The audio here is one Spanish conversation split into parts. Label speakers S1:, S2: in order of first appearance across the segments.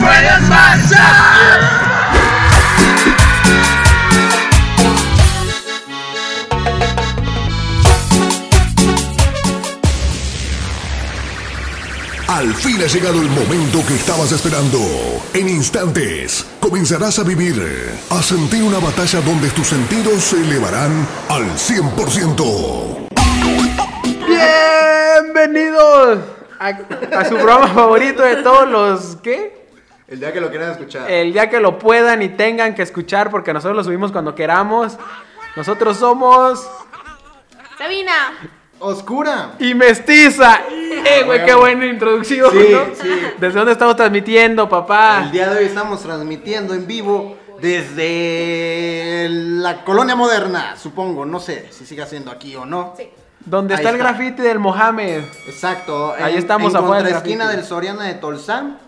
S1: puedes marchar.
S2: Al fin ha llegado el momento que estabas esperando. En instantes comenzarás a vivir, a sentir una batalla donde tus sentidos se elevarán al 100%.
S3: Bienvenidos a, a su programa favorito de todos los que
S4: El día que lo quieran escuchar.
S3: el día que lo puedan y tengan que escuchar porque nosotros lo subimos cuando queramos. Nosotros somos
S5: Sabina.
S4: Oscura.
S3: y mestiza. Eh, güey, qué buena introducción.
S4: Ah, Sí,
S3: ¿no?
S4: sí.
S3: ¿Desde dónde estamos transmitiendo, papá?
S4: El día de hoy estamos transmitiendo en vivo desde la colonia moderna, supongo. No sé si siga siendo aquí o no.
S5: Sí.
S3: ¿Dónde
S4: Ahí
S3: está el
S4: está.
S3: grafiti del Mohamed?
S4: Exacto.
S3: Ahí
S4: en-
S3: estamos
S4: en
S3: afuera del
S4: la esquina
S3: graffiti.
S4: del Soriana de Tolsán.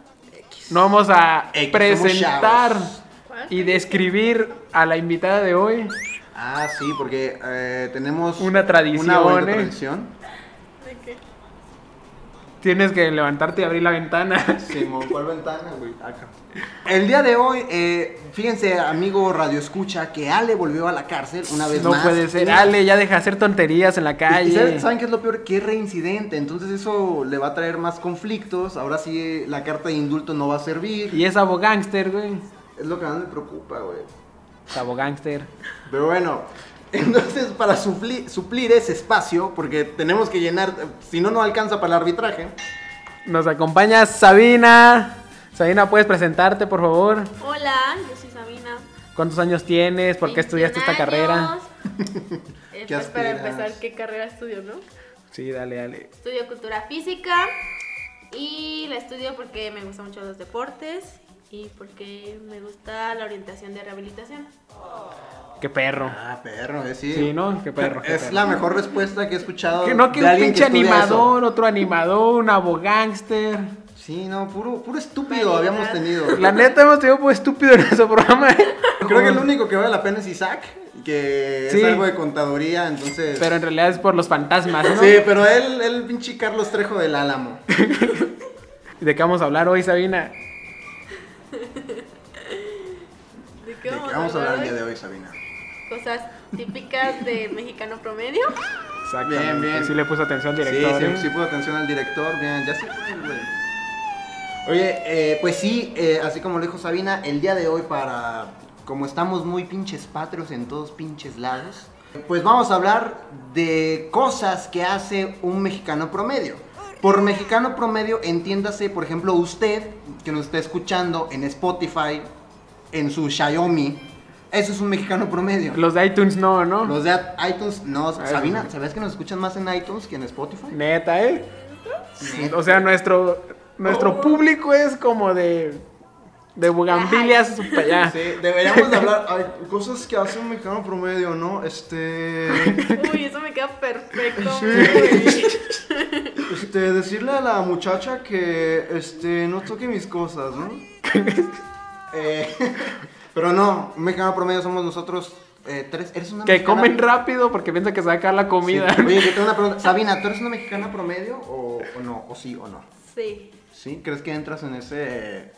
S3: No vamos a
S4: Ey, que somos
S3: presentar
S4: chavos.
S3: y describir a la invitada de hoy.
S4: Ah, sí, porque eh, tenemos
S3: Una tradición,
S4: Una bonita
S3: ¿eh?
S4: tradición.
S3: Tienes que levantarte y abrir la ventana.
S4: Simón, ¿cuál ventana, güey? Acá. El día de hoy, eh, fíjense, amigo Radio Escucha, que Ale volvió a la cárcel una vez
S3: No
S4: más.
S3: puede ser. Ale, ya deja de hacer tonterías en la
S4: Y- y
S3: calle.
S4: ¿saben- ¿Saben qué es lo peor? Que es reincidente. Entonces eso le va a traer más conflictos. Ahora sí eh, la carta de indulto no va a servir.
S3: Y es abogánster, güey.
S4: Es lo que más me preocupa, güey.
S3: Es abogánster.
S4: Pero bueno. Entonces, para suplir, suplir ese espacio, porque tenemos que llenar, eh, si no, no alcanza para el arbitraje.
S3: Nos acompaña Sabina. Sabina, ¿puedes presentarte, por favor?
S5: Hola, yo soy Sabina.
S3: ¿Cuántos años tienes? ¿Por qué estudiaste esta
S5: 21
S3: carrera?
S5: años. Eh,
S4: ¿Qué
S5: pues, para
S4: aspiras?
S5: empezar, ¿qué carrera estudio, no?
S3: Sí, dale, dale.
S5: Estudio cultura física y la estudio porque me gustan mucho los deportes y porque me gusta la orientación de rehabilitación.
S3: Qué perro.
S4: Ah, perro, es sí.
S3: Sí, ¿no? Qué perro. qué
S4: Es
S3: perro.
S4: la mejor respuesta que he escuchado.
S3: Que no, que
S4: de
S3: un
S4: alguien
S3: pinche
S4: estudia eso.
S3: animador, otro animador, un abogánster.
S4: Sí, no, puro, puro estúpido
S5: Vanidad.
S4: habíamos tenido.
S3: La neta, hemos tenido un poco estúpido en nuestro programa. ¿eh?
S4: Creo que el único que vale la pena es Isaac, que
S3: Sí.
S4: es algo de contaduría, entonces.
S3: Pero en realidad es por los fantasmas, ¿no?
S4: Sí, pero él, el pinche Carlos Trejo del Álamo.
S3: ¿De qué vamos a hablar hoy, Sabina?
S5: ¿De qué
S4: ¿De qué
S5: vamos,
S4: vamos a hablar el día de
S5: hoy?
S4: hoy, Sabina?
S5: Cosas típicas del mexicano promedio.
S3: Exactamente.
S4: Bien, bien.
S3: Sí le puso atención al
S4: Sí,
S3: director. ¿eh?
S4: sí, sí puso atención al director, bien, ya se fue, güey. Oye, eh, pues sí, eh, así como lo dijo Sabina, el día de hoy para, como estamos muy pinches patrios en todos pinches lados, pues vamos a hablar de cosas que hace un mexicano promedio. Por mexicano promedio entiéndase, por ejemplo, usted que nos está escuchando en Spotify, en su Xiaomi, eso es un mexicano promedio.
S3: Los de iTunes no, ¿no?
S4: Los de iTunes, no,
S3: Ay,
S4: Sabina,
S3: güey.
S4: ¿sabías que nos escuchan más en iTunes que en Spotify?
S3: Neta, ¿eh? O sea, nuestro,
S4: Oh.
S3: nuestro público es como de. De bugambilias para allá.
S4: Sí, deberíamos de hablar ay, cosas que hace un mexicano promedio, ¿no? Este,
S5: Uy, eso me queda perfecto. Uy.
S4: este, decirle a la muchacha que, este, no toque mis cosas, ¿no? Eh, pero no, un mexicano promedio somos nosotros eh, tres. ¿Eres una
S3: Que
S4: mexicana-
S3: comen rápido porque piensan que se va a acabar la
S4: Sí,
S3: comida.
S4: Oye, yo tengo una pregunta. Sabina, ¿tú eres una mexicana promedio o, o no? ¿O sí o no?
S5: Sí.
S4: ¿Sí? ¿Crees que entras en ese,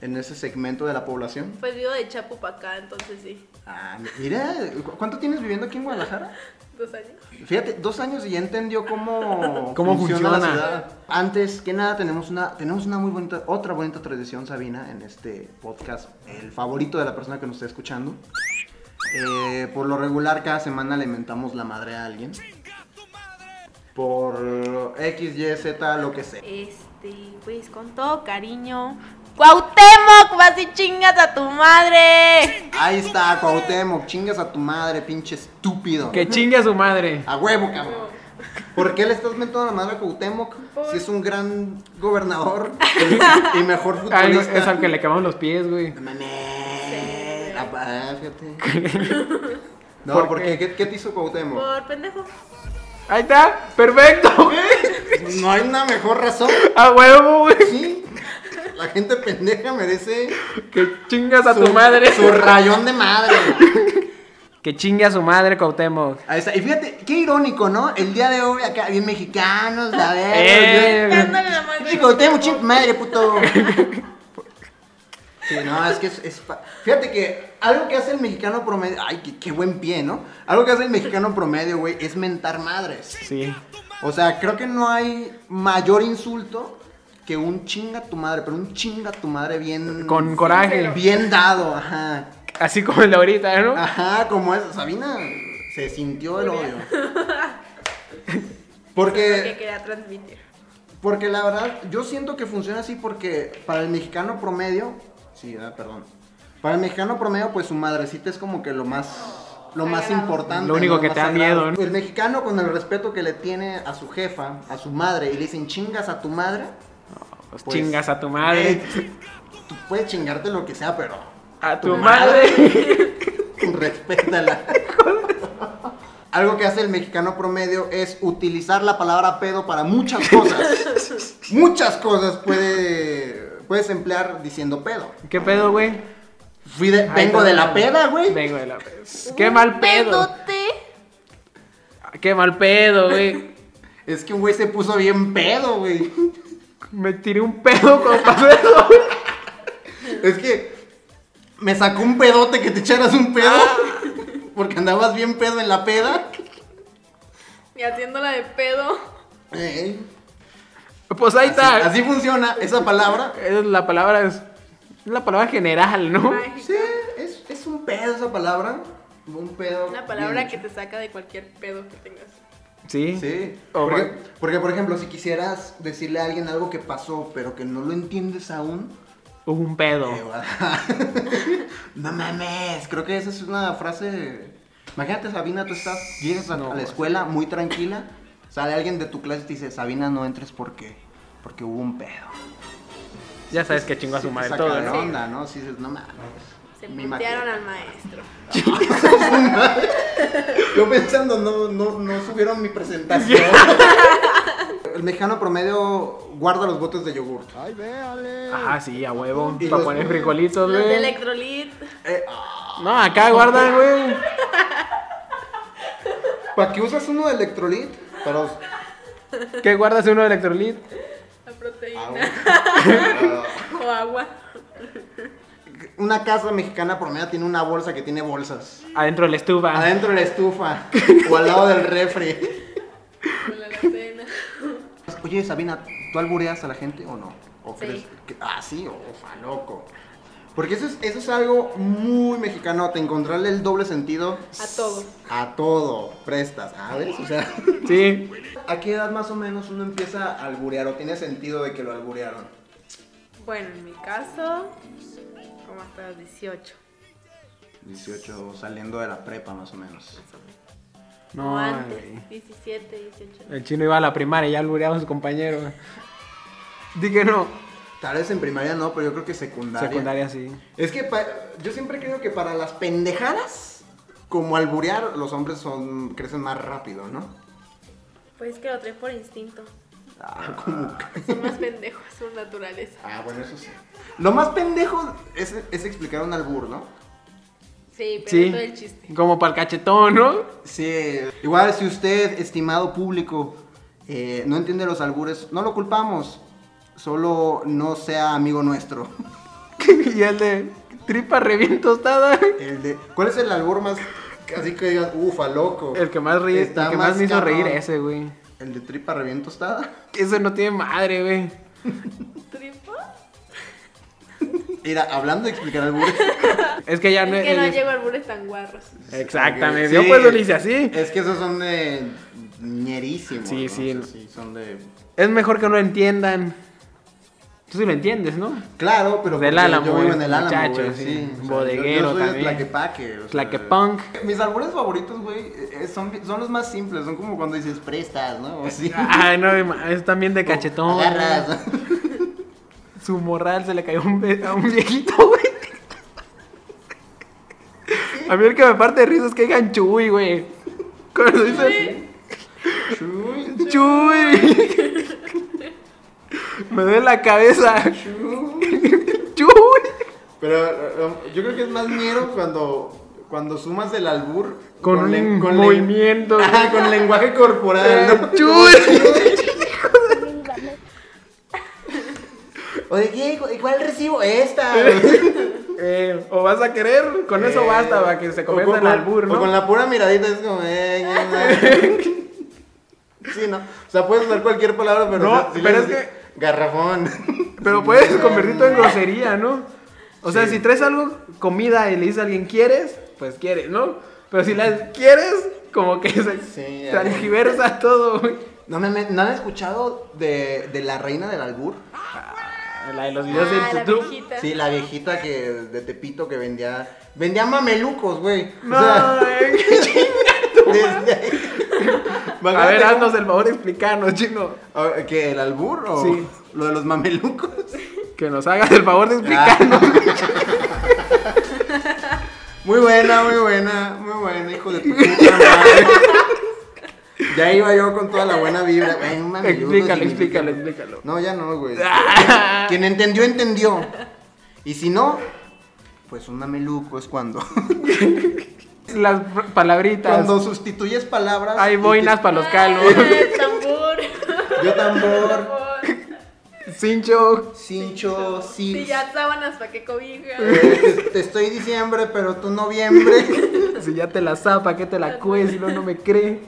S4: en ese segmento de la población?
S5: Pues vivo de Chapo para acá, entonces sí.
S4: Ah, mira, ¿cu- ¿cuánto tienes viviendo aquí en Guadalajara?
S5: Dos años.
S4: Fíjate, dos años y ya entendió cómo,
S3: Cómo funciona.
S4: Antes que nada, tenemos una, tenemos una muy bonita, otra bonita tradición, Sabina, en este podcast, el favorito de la persona que nos está escuchando. Eh, por lo regular, cada semana le mentamos la madre a alguien. Por X, Y, Z, lo que sea.
S5: Este, pues con todo cariño. ¡Cuauhtémoc! ¡Vas y chingas a tu madre!
S4: Ahí está, Cuauhtémoc, chingas a tu madre, pinche estúpido.
S3: Que chingue a su madre.
S4: A huevo, cabrón. ¿Por qué le estás mentando la madre a Cuauhtémoc? Si es un gran gobernador y- y mejor
S3: Ay,
S4: futbolista.
S3: es al que le quemamos los pies, güey.
S4: Mané. Apá, fíjate. No,
S3: ¿Por
S4: porque ¿qué, qué te hizo Cuauhtémoc?
S5: Por pendejo.
S3: Ahí está, perfecto, güey.
S4: Pues, No hay una mejor razón.
S3: A huevo, güey.
S4: Sí. La gente pendeja merece
S3: Que chingas a tu
S4: su-
S3: madre.
S4: su rayón de madre.
S3: Que chingue a su madre, Cuauhtémoc.
S4: Ahí está. Y fíjate, qué irónico, ¿no? El día de hoy acá, bien mexicanos, la verga.
S3: Eh.
S4: bien-
S5: Dándole la madre.
S4: Chico, tengo chip madre, puto. Sí, no, es que es, es fa- Fíjate que algo que hace el mexicano promedio. Ay, qué, qué buen pie, ¿no? Algo que hace el mexicano promedio, güey, es mentar madres.
S3: Sí.
S4: O sea, creo que no hay mayor insulto que un chinga tu madre, pero un chinga tu madre bien.
S3: Con coraje.
S4: Bien dado, ajá.
S3: Así como el de ahorita, ¿no?
S4: Ajá, como es. Sabina se sintió el odio. Porque
S5: que quería transmitir.
S4: Porque la verdad, yo siento que funciona así porque para el mexicano promedio, sí, ah, perdón. Para el mexicano promedio, pues su madrecita es como que lo más lo más
S5: Sagrado.
S4: importante.
S3: Lo único
S4: ¿no?
S3: que
S4: Más
S3: te da
S4: sagrado.
S3: miedo, ¿no?
S4: El mexicano con el respeto que le tiene a su jefa, a su madre, y le dicen chingas a tu madre,
S3: Pues
S4: pues,
S3: chingas a tu madre.
S4: eh, tú puedes chingarte lo que sea, pero
S3: A tu madre.
S4: respétala. Algo que hace el mexicano promedio es utilizar la palabra pedo para muchas cosas. muchas cosas puede, puedes emplear diciendo pedo.
S3: ¿Qué pedo, güey?
S4: Fui de- vengo de la peda, güey.
S3: Vengo de la peda. Qué mal pedo.
S5: Pedote.
S3: Qué mal pedo, güey.
S4: Es que un güey se puso bien pedo, güey.
S3: Me tiré un pedo con pedo.
S4: Es que me sacó un pedote que te echaras un pedo. Porque andabas bien pedo en la peda.
S5: Y haciéndola de pedo.
S4: Eh,
S3: Pues ahí
S4: así,
S3: está.
S4: así funciona esa palabra.
S3: Es la palabra es es la palabra general, ¿no?
S5: Mágico.
S4: Sí, es, es un pedo esa palabra. Un pedo.
S5: Una palabra
S4: bien
S5: que te saca de cualquier pedo que tengas.
S3: Sí.
S4: Sí.
S3: O
S4: Porque,
S3: bueno.
S4: porque, por ejemplo, si quisieras decirle a alguien algo que pasó, pero que no lo entiendes aún.
S3: Hubo un pedo.
S4: eh, no mames, creo que esa es una frase. Imagínate, Sabina, tú estás, llegas a,
S3: No,
S4: a la
S3: pues.
S4: escuela muy tranquila, sale alguien de tu clase y te dice, Sabina, no entres porque, porque hubo un pedo.
S3: ya sabes que chingó a su
S4: Sí te
S3: madre
S4: saca
S3: todo,
S4: de
S3: ¿no?
S4: onda, ¿no? Sí, dices, no mames.
S5: Se
S4: Me imagino.
S5: pintearon al maestro.
S4: Yo pensando, no, no, no subieron mi presentación. El mexicano promedio guarda los botes de yogur.
S3: Ajá, sí, a huevo.
S4: Y
S3: Para
S4: los-
S3: poner frijolitos,
S5: Los de
S3: güey.
S5: Electrolit.
S3: No, acá guardan, güey.
S4: ¿Para qué usas uno de electrolit? Pero.
S3: ¿Qué guardas uno de electrolit?
S5: La proteína. o agua.
S4: Una casa mexicana promedio tiene una bolsa que tiene bolsas.
S3: Adentro de la estufa.
S4: Adentro de la estufa o al lado del refri.
S5: Con la alacena.
S4: Oye, Sabina, ¿tú albureas a la gente o no? ¿O
S5: Sí.
S4: crees que- ah, sí, ofa, loco. Porque eso es, eso es algo muy mexicano, te encontrarle el doble sentido
S5: A todo.
S4: a todo. Prestas, ¿sabes? O sea.
S3: Sí.
S4: ¿A qué edad más o menos uno empieza a alburear o tiene sentido de que lo alburearon?
S5: Bueno, en mi caso, como hasta los 18.
S4: 18, saliendo de la prepa más o menos.
S5: más o menos.
S3: No,
S5: O
S3: güey. Eh.
S5: antes, 17, 18.
S3: El chino iba a la primaria y ya albureaba a su compañero. Di que no.
S4: Tal vez en primaria no, pero yo creo que secundaria.
S3: Secundaria sí.
S4: Es que pa- yo siempre creo que para las pendejadas, como alburear, los hombres son crecen más rápido, ¿no?
S5: Pues es que lo trae por instinto.
S4: Ah, como que-
S5: Son más pendejos por naturaleza.
S4: Ah, bueno, eso sí. Lo más pendejo es, es explicar un albur, ¿no?
S5: Sí, pero
S3: Sí.
S5: todo el chiste.
S3: Como para el cachetón, ¿no?
S4: Sí. Igual si usted, estimado público, eh, no entiende los albures, no lo culpamos. Solo no sea amigo nuestro.
S3: y el de tripa re bien tostada.
S4: El de, ¿Cuál es el albur más así que digas, ufa, loco?
S3: El que más ríe, el que
S4: Está
S3: más, me hizo
S4: cabrón.
S3: reír ese, güey.
S4: El de tripa reviento tostada.
S3: Eso no tiene madre, güey.
S5: ¿Tripo?
S4: Mira, hablando de explicar albures.
S3: Es que ya no
S5: Es que no
S3: ellos-
S5: llego a albures tan guarros.
S3: Exactamente.
S4: Sí.
S3: Yo pues lo hice así.
S4: Es que esos son de ñerísimos.
S3: Sí,
S4: ¿no?
S3: sí.
S4: O sea, sí, son de.
S3: Es mejor que no entiendan. Tú sí lo entiendes, ¿no?
S4: Claro, pero
S3: Del
S4: porque
S3: Álamo,
S4: yo vivo en el Álamo,
S3: muchacho,
S4: güey,
S3: sí.
S4: sí. O sea,
S3: Bodeguero
S4: yo, yo soy
S3: también.
S4: de Tlaquepaque. o sea,
S3: Tlaquepunk.
S4: Mis albures favoritos, güey, eh, son, son los más simples. Son como cuando dices prestas, ¿no? O sí.
S3: Ay, no, es también de Eh, ah, cachetón.
S4: Ah. Agarras.
S3: Su morral se le cayó un ve- a un viejito, güey. A mí el que me parte de risa es que digan chuy, güey. Cuando dice
S4: Chuy,
S3: chuy. Me duele la cabeza.
S4: chuy.
S3: Chuy.
S4: Pero um, yo creo que es más miedo cuando. Cuando sumas el albur
S3: Con un
S4: len- len-
S3: movimiento.
S4: Ajá, con lenguaje corporal. ¿no?
S3: Chuy.
S4: O de qué, hijo? ¿cuál recibo? Esta. güey.
S3: Eh, o vas a querer, con eso
S4: Eh,
S3: basta, para que se
S4: o
S3: convierta
S4: con
S3: en
S4: la-
S3: albur,
S4: O con
S3: ¿no?
S4: la pura miradita es como, eh, qué madre. Sí, no. O sea, puedes usar cualquier palabra, pero.
S3: No,
S4: si- si
S3: pero
S4: le
S3: es
S4: dices, Garrafón.
S3: Pero puedes convertirlo en grosería, ¿no? O sea, si traes algo, comida, y le dices a alguien, ¿quieres? Pues quieres, ¿no? Pero si la quieres, como que se
S4: Sí, ya.
S3: transgiversa todo, güey.
S4: ¿No, me, me- ¿No han escuchado de, de la reina del albur?
S3: La de los videos
S5: Ah, la
S3: en YouTube.
S5: viejita.
S4: Sí, la viejita que de Tepito que vendía. Vendía mamelucos, güey.
S3: No,
S4: o sea,
S3: eh.
S4: desde ahí.
S3: A ver,
S4: Imagínate
S3: haznos el favor de explicarnos, chino.
S4: cómo- a- ¿Que el albur o
S3: Sí.
S4: lo de los mamelucos?
S3: Que nos hagas el favor de explicarnos.
S4: Muy buena, muy buena, muy buena, hijo de tu puta madre. Ya iba yo con toda la buena vibra. güey, un mameluco
S3: explícalo,
S4: significa-
S3: explícalo, explícalo.
S4: No, ya no, güey.
S3: Ah.
S4: Quien entendió, entendió. Y si no, pues un mameluco es cuando.
S3: Las fr- palabritas.
S4: Cuando sustituyes palabras.
S3: Hay
S4: y
S3: boinas
S4: que-
S3: para los calvos.
S5: Ay, Ah, tambor.
S4: Yo tambor,
S3: Cincho.
S4: cincho, sí.
S5: Sí, ya sábanas para que cobija.
S4: Te, te estoy diciembre, pero tú noviembre.
S3: Si ya te la zapa, que te la cues, si no, no me cree.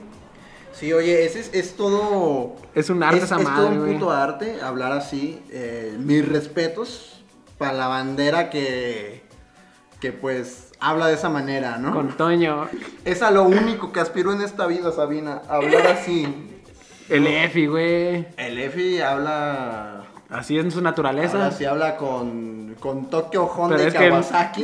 S4: Sí, oye, ese es, es todo.
S3: Es un arte esa
S4: es
S3: madre,
S4: todo un
S3: güey.
S4: puto arte hablar así. eh, mis respetos para la bandera que. que pues habla de esa manera, ¿no?
S3: Con Toño.
S4: Es a lo único que aspiro en esta vida, Sabina. Hablar así.
S3: El Efi, güey.
S4: El Efi habla.
S3: Así es su
S4: Ahora
S3: naturaleza.
S4: sí habla con, con Tokio Honda
S3: Pero
S4: y
S3: es que-
S4: Kawasaki.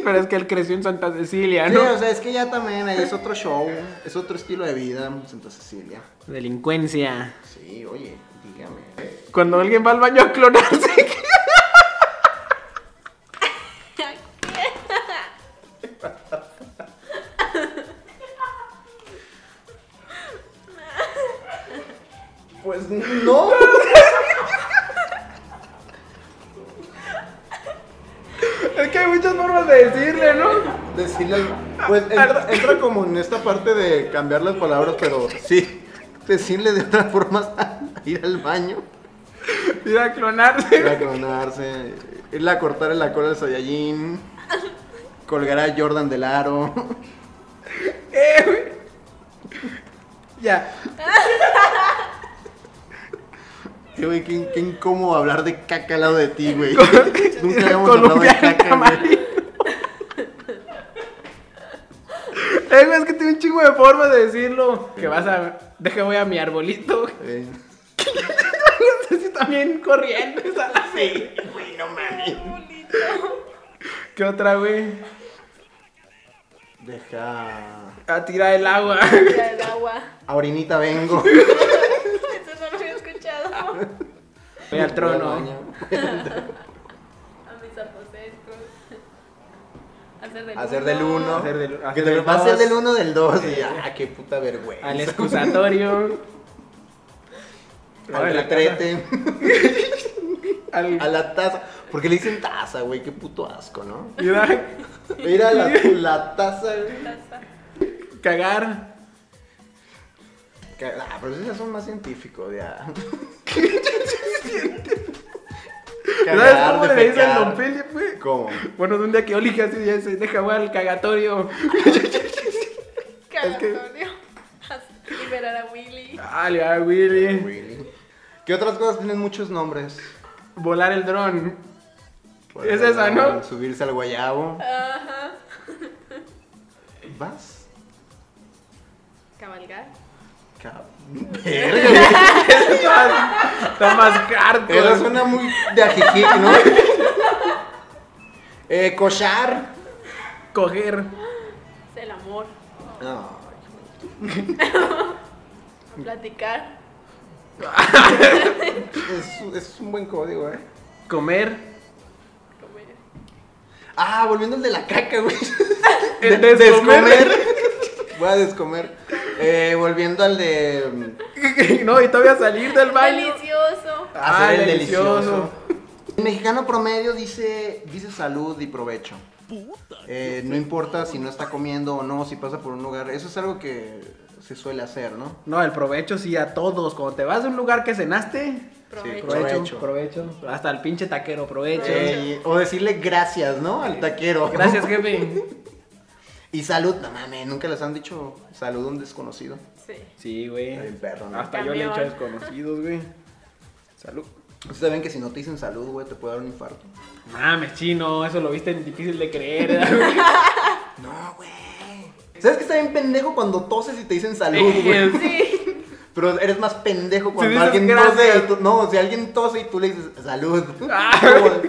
S3: Pero es que él creció en Santa Cecilia,
S4: Sí,
S3: ¿no?
S4: o sea, es que ya también ahí es otro show, es otro estilo de vida, Santa Cecilia.
S3: Delincuencia.
S4: Sí, oye, dígame.
S3: Cuando alguien va al baño a clonarse.
S4: Pues no.
S3: Es que hay muchas formas de decirle, ¿no?
S4: Decirle, pues entra, entra como en esta parte de cambiar las palabras, pero sí, decirle de otra forma ir al baño,
S3: Ir a
S4: ir a
S3: clonarse.
S4: clonarse, irle a cortar en la cola al Saiyajin, colgar a Jordan del aro.
S3: Eh, güey. Ya.
S4: Sí, güey, qué, qué incómodo hablar de caca al lado de ti, güey. Nunca habíamos hablado de
S3: Colombiana
S4: caca, güey.
S3: camarino. Eh, güey, es que tiene un chingo de formas de decirlo. Que vas a. Deja, voy a mi arbolito.
S4: Eh,
S3: Así también corriendo. esa la sé.
S4: Güey, no mames.
S3: ¿Qué otra, güey?
S4: Deja.
S3: A tirar el agua.
S5: Ya el agua.
S4: A orinita vengo.
S5: Eso no lo había escuchado. A
S3: Voy al trono.
S5: mis aposentos. Hacer del
S4: Hacer del uno.
S3: Hacer del-
S4: que
S3: hacer
S4: te
S3: del
S4: va a hacer
S3: dos.
S4: del uno del dos. Y ah, qué puta vergüenza.
S3: Al excusatorio.
S4: Al retrete.
S3: Al.
S4: A la taza. Porque le dicen taza, güey. Qué puto asco, ¿no?
S3: Mira,
S4: Mira la, la taza, güey.
S5: Taza.
S3: cagar.
S4: Que- Ah, pero esas son más científicos, ya.
S3: ¿Sabes cómo le
S4: defecar.
S3: dicen Don Philip, güey?
S4: ¿Cómo?
S3: Bueno, de un día que yo le dije así, ya dice, deja, voy al cagatorio.
S5: Cagatorio. Liberar a Willy.
S3: Dale, a Willy.
S4: Really? ¿Qué otras cosas tienen muchos nombres?
S3: Volar el dron.
S4: Por
S3: Es esa,
S4: ejemplo,
S3: ¿no?
S4: Subirse al guayabo.
S5: Ajá.
S4: ¿Vas?
S5: Cabalgar.
S4: Cab- Verga, güey.
S3: Está más hardcore.
S4: Eso suena muy de ajijic, ¿no? eh, cochar.
S3: Coger.
S5: Es el amor.
S4: No.
S5: Platicar.
S4: Es, es un buen código, eh.
S3: Comer.
S5: Comer.
S4: Ah, volviendo al de la caca, güey.
S3: El
S4: De-
S3: descomer.
S4: Voy a descomer. Eh, volviendo al de. mm,
S3: no, y todavía salir del baño.
S5: Delicioso.
S3: Ah,
S4: hacer el
S3: delicioso.
S4: delicioso. El mexicano promedio dice, dice salud y provecho. Eh, no importa si no está comiendo o no, si pasa por un lugar. Eso es algo que se suele hacer, ¿no?
S3: No, el provecho sí a todos. Cuando te vas de un lugar que cenaste,
S5: Provecho.
S3: Provecho,
S4: provecho.
S3: provecho. Hasta el pinche taquero, provecho.
S4: Eh, o decirle gracias, ¿no? Al taquero.
S3: Gracias, jefe.
S4: Y salud, no mames, nunca les han dicho salud a un desconocido.
S5: Sí.
S3: Sí, güey.
S4: Está bien perro, ¿no?
S3: Hasta yo le he hecho a
S5: Camión.
S3: desconocidos, güey. Salud.
S4: Ustedes saben que si no te dicen salud, güey, te puede dar un infarto.
S3: Mames, chino, eso lo viste difícil de creer. ¿verdad, güey?
S4: No, güey. ¿Sabes que está bien pendejo cuando toses y te dicen salud, güey?
S3: Sí.
S4: Pero eres más pendejo cuando
S3: dices
S4: alguien
S3: gracias.
S4: tose y tú, No, si alguien tose y tú le dices salud.
S3: Ah.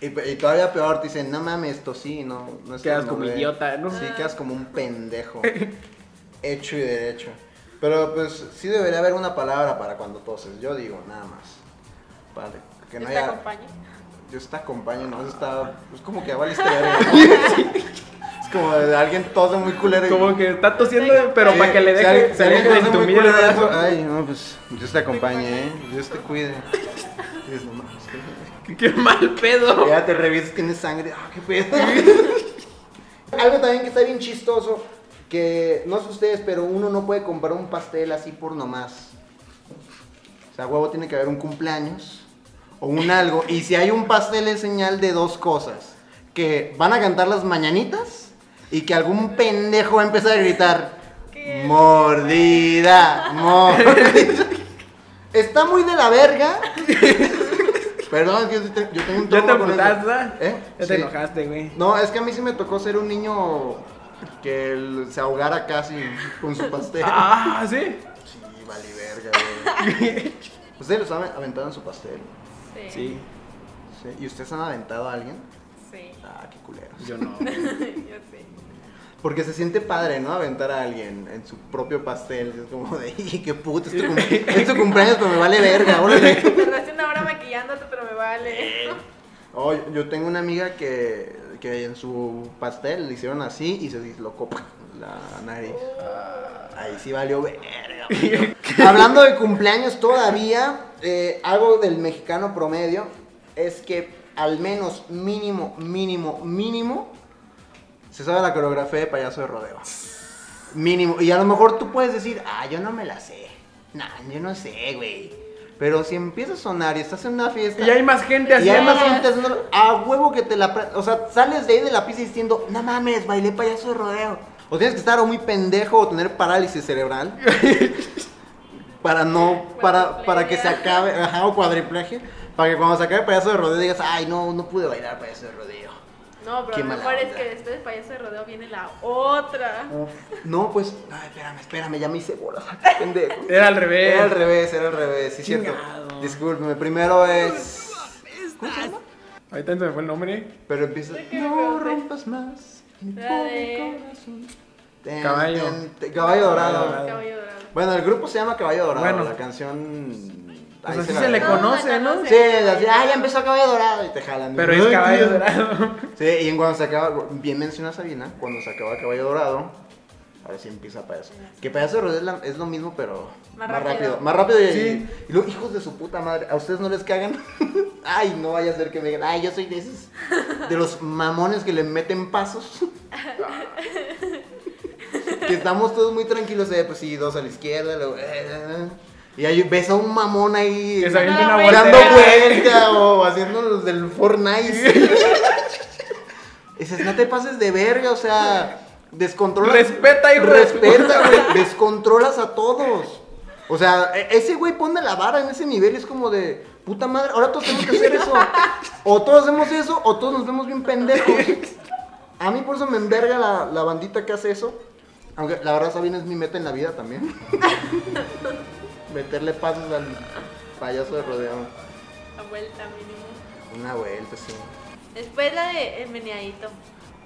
S4: y, pe- y todavía peor, te dicen, no mames, tosí, no, no es
S3: Quedas
S4: tu
S3: como
S4: nombre".
S3: idiota, ¿no?
S4: Sí, quedas como un pendejo. Hecho y derecho. Pero pues sí debería haber una palabra para cuando toses, yo digo, nada más. Vale. Que
S5: Yo
S4: no
S5: te
S4: haya.
S5: acompaño.
S4: Yo te acompaño, no, Eso está. Es como que ya valiste verga, ¿no? Es como de alguien tose muy culero y.
S3: Como que está tosiendo, pero
S4: Sí,
S3: para que le
S4: si
S3: deje,
S4: alguien-
S3: se
S4: si
S3: deje
S4: alguien
S3: de
S4: tose muy
S3: entumir el
S4: culero,
S3: brazo.
S4: Ay, no, pues Dios te acompañe, ¿eh? Dios te cuide. Y dices, no mames, qué-
S3: Qué mal pedo.
S4: Ya te revisas, tienes sangre. Ah, qué pedo. Algo también que está bien chistoso, que no sé ustedes, pero uno no puede comprar un pastel así por nomás. O sea, huevo tiene que haber un cumpleaños o un algo. Y si hay un pastel es señal de dos cosas. Que van a cantar las mañanitas y que algún pendejo va a empezar a gritar.
S5: ¿Qué?
S4: Mordida, mordida. Está muy de la verga. Perdón, es que yo, te- yo tengo
S3: Ya
S4: un
S3: te
S4: trauma con eso.
S3: emputaste, ¿verdad?
S4: ¿Eh?
S3: Ya
S4: Sí.
S3: te enojaste, güey.
S4: No, es que a mí sí me tocó ser un niño que el- se ahogara casi con su pastel.
S3: Ah, sí.
S4: Sí, vale verga, güey. ¿Ustedes los han aventado en su pastel?
S5: Sí. Sí.
S3: Sí,
S4: Sí. ¿Y ustedes han aventado a alguien?
S5: sí.
S4: Ah, qué culeros.
S3: yo no.
S5: Yo sí.
S4: Porque se siente padre, ¿no? Aventar a alguien en su propio pastel. Es como de, "Ih, qué puto, es tu, cum- es tu cumpleaños, pero me vale verga, órale".
S5: Tardaste una hora maquillándote, pero me vale.
S4: Oh, yo- yo tengo una amiga que, que en su pastel le hicieron así y se dislocó ¡pum! la nariz.
S3: Ah.
S4: Ahí sí valió verga. güey. Hablando de cumpleaños todavía, eh, algo del mexicano promedio es que al menos mínimo, mínimo, mínimo se sabe la coreografía de payaso de rodeo. Mínimo. Y a lo mejor tú puedes decir, ah, yo no me la sé. Nah, yo no sé, güey. Pero si empieza a sonar y estás en una fiesta.
S3: Y hay más gente
S4: Y
S3: haciendo.
S4: además gente haciéndolo a huevo que te la... pre- O sea, sales de ahí de la pista diciendo, no mames, bailé payaso de rodeo. O tienes que estar o muy pendejo o tener parálisis cerebral. para no... Para, para que se acabe... Ajá, o cuadriplaje. Para que cuando se acabe payaso de rodeo digas, ay, no, no pude bailar payaso de rodeo.
S5: No, pero
S4: Qué
S5: lo
S4: mala
S5: mejor es
S4: onda.
S5: que después del payaso de rodeo viene la otra.
S4: No, pues... Ay, espérame, espérame, ya me hice bolas. Pendejo.
S3: Era al revés.
S4: Era al revés, era al revés, sí, cierto.
S3: Chingado.
S4: Discúlpeme, primero es... ¿Cómo se llama?
S3: Ahorita se me fue el nombre.
S4: Pero empieza.
S5: qué
S4: No
S5: feo, güey".
S4: rompas más. mi
S5: La
S4: pobre
S5: de-
S4: corazón". Ten,
S3: Caballo.
S4: ten, ten, caballo dorado.
S3: Dorado.
S5: Caballo dorado.
S4: Bueno, el grupo se llama Caballo Dorado.
S3: Bueno.
S4: la canción.
S3: Pues
S4: ahí
S3: así
S4: la
S3: se le
S4: dejo.
S5: No,
S3: conoce, ¿no?
S5: conoce.
S4: Sí, así, ah, ya empezó Caballo Dorado y te jalan.
S3: Pero
S4: Ay,
S3: es
S4: tío.
S3: caballo dorado.
S4: Sí, y en cuando se acaba, bien menciona Sabina, cuando se acaba Caballo Dorado, ahora sí empieza Payaso. Que Payaso de Rodeo es, la- es lo mismo, pero
S5: Más rápido.
S4: Más rápido y,
S3: Sí.
S4: y luego, hijos de su puta madre, ¿a ustedes no les cagan? ay, no vaya a ser que me digan, ay, yo soy de esos, de los mamones que le meten pasos. que estamos todos muy tranquilos, eh, pues sí, dos a la izquierda, luego, eh, eh, eh. y ahí ves a un mamón ahí
S3: Que se avienta una
S5: Dando
S3: voltereta.
S4: dando vuelta o haciendo los del Fortnite. Dices, no te pases de verga, o sea, descontrolas.
S3: Respeta, hijo de
S4: Respeta, güey. Descontrolas a todos. O sea, e- ese güey pone la vara en ese nivel y es como de, puta madre, ahora todos tenemos que hacer eso. O todos hacemos eso o todos nos vemos bien pendejos. A mí por eso me enverga la, la bandita que hace eso. Aunque la verdad Sabina es mi meta en la vida también. Meterle pasos al payaso de rodeo.
S5: La vuelta mínimo.
S4: Una vuelta, sí.
S5: Después la de el meneadito.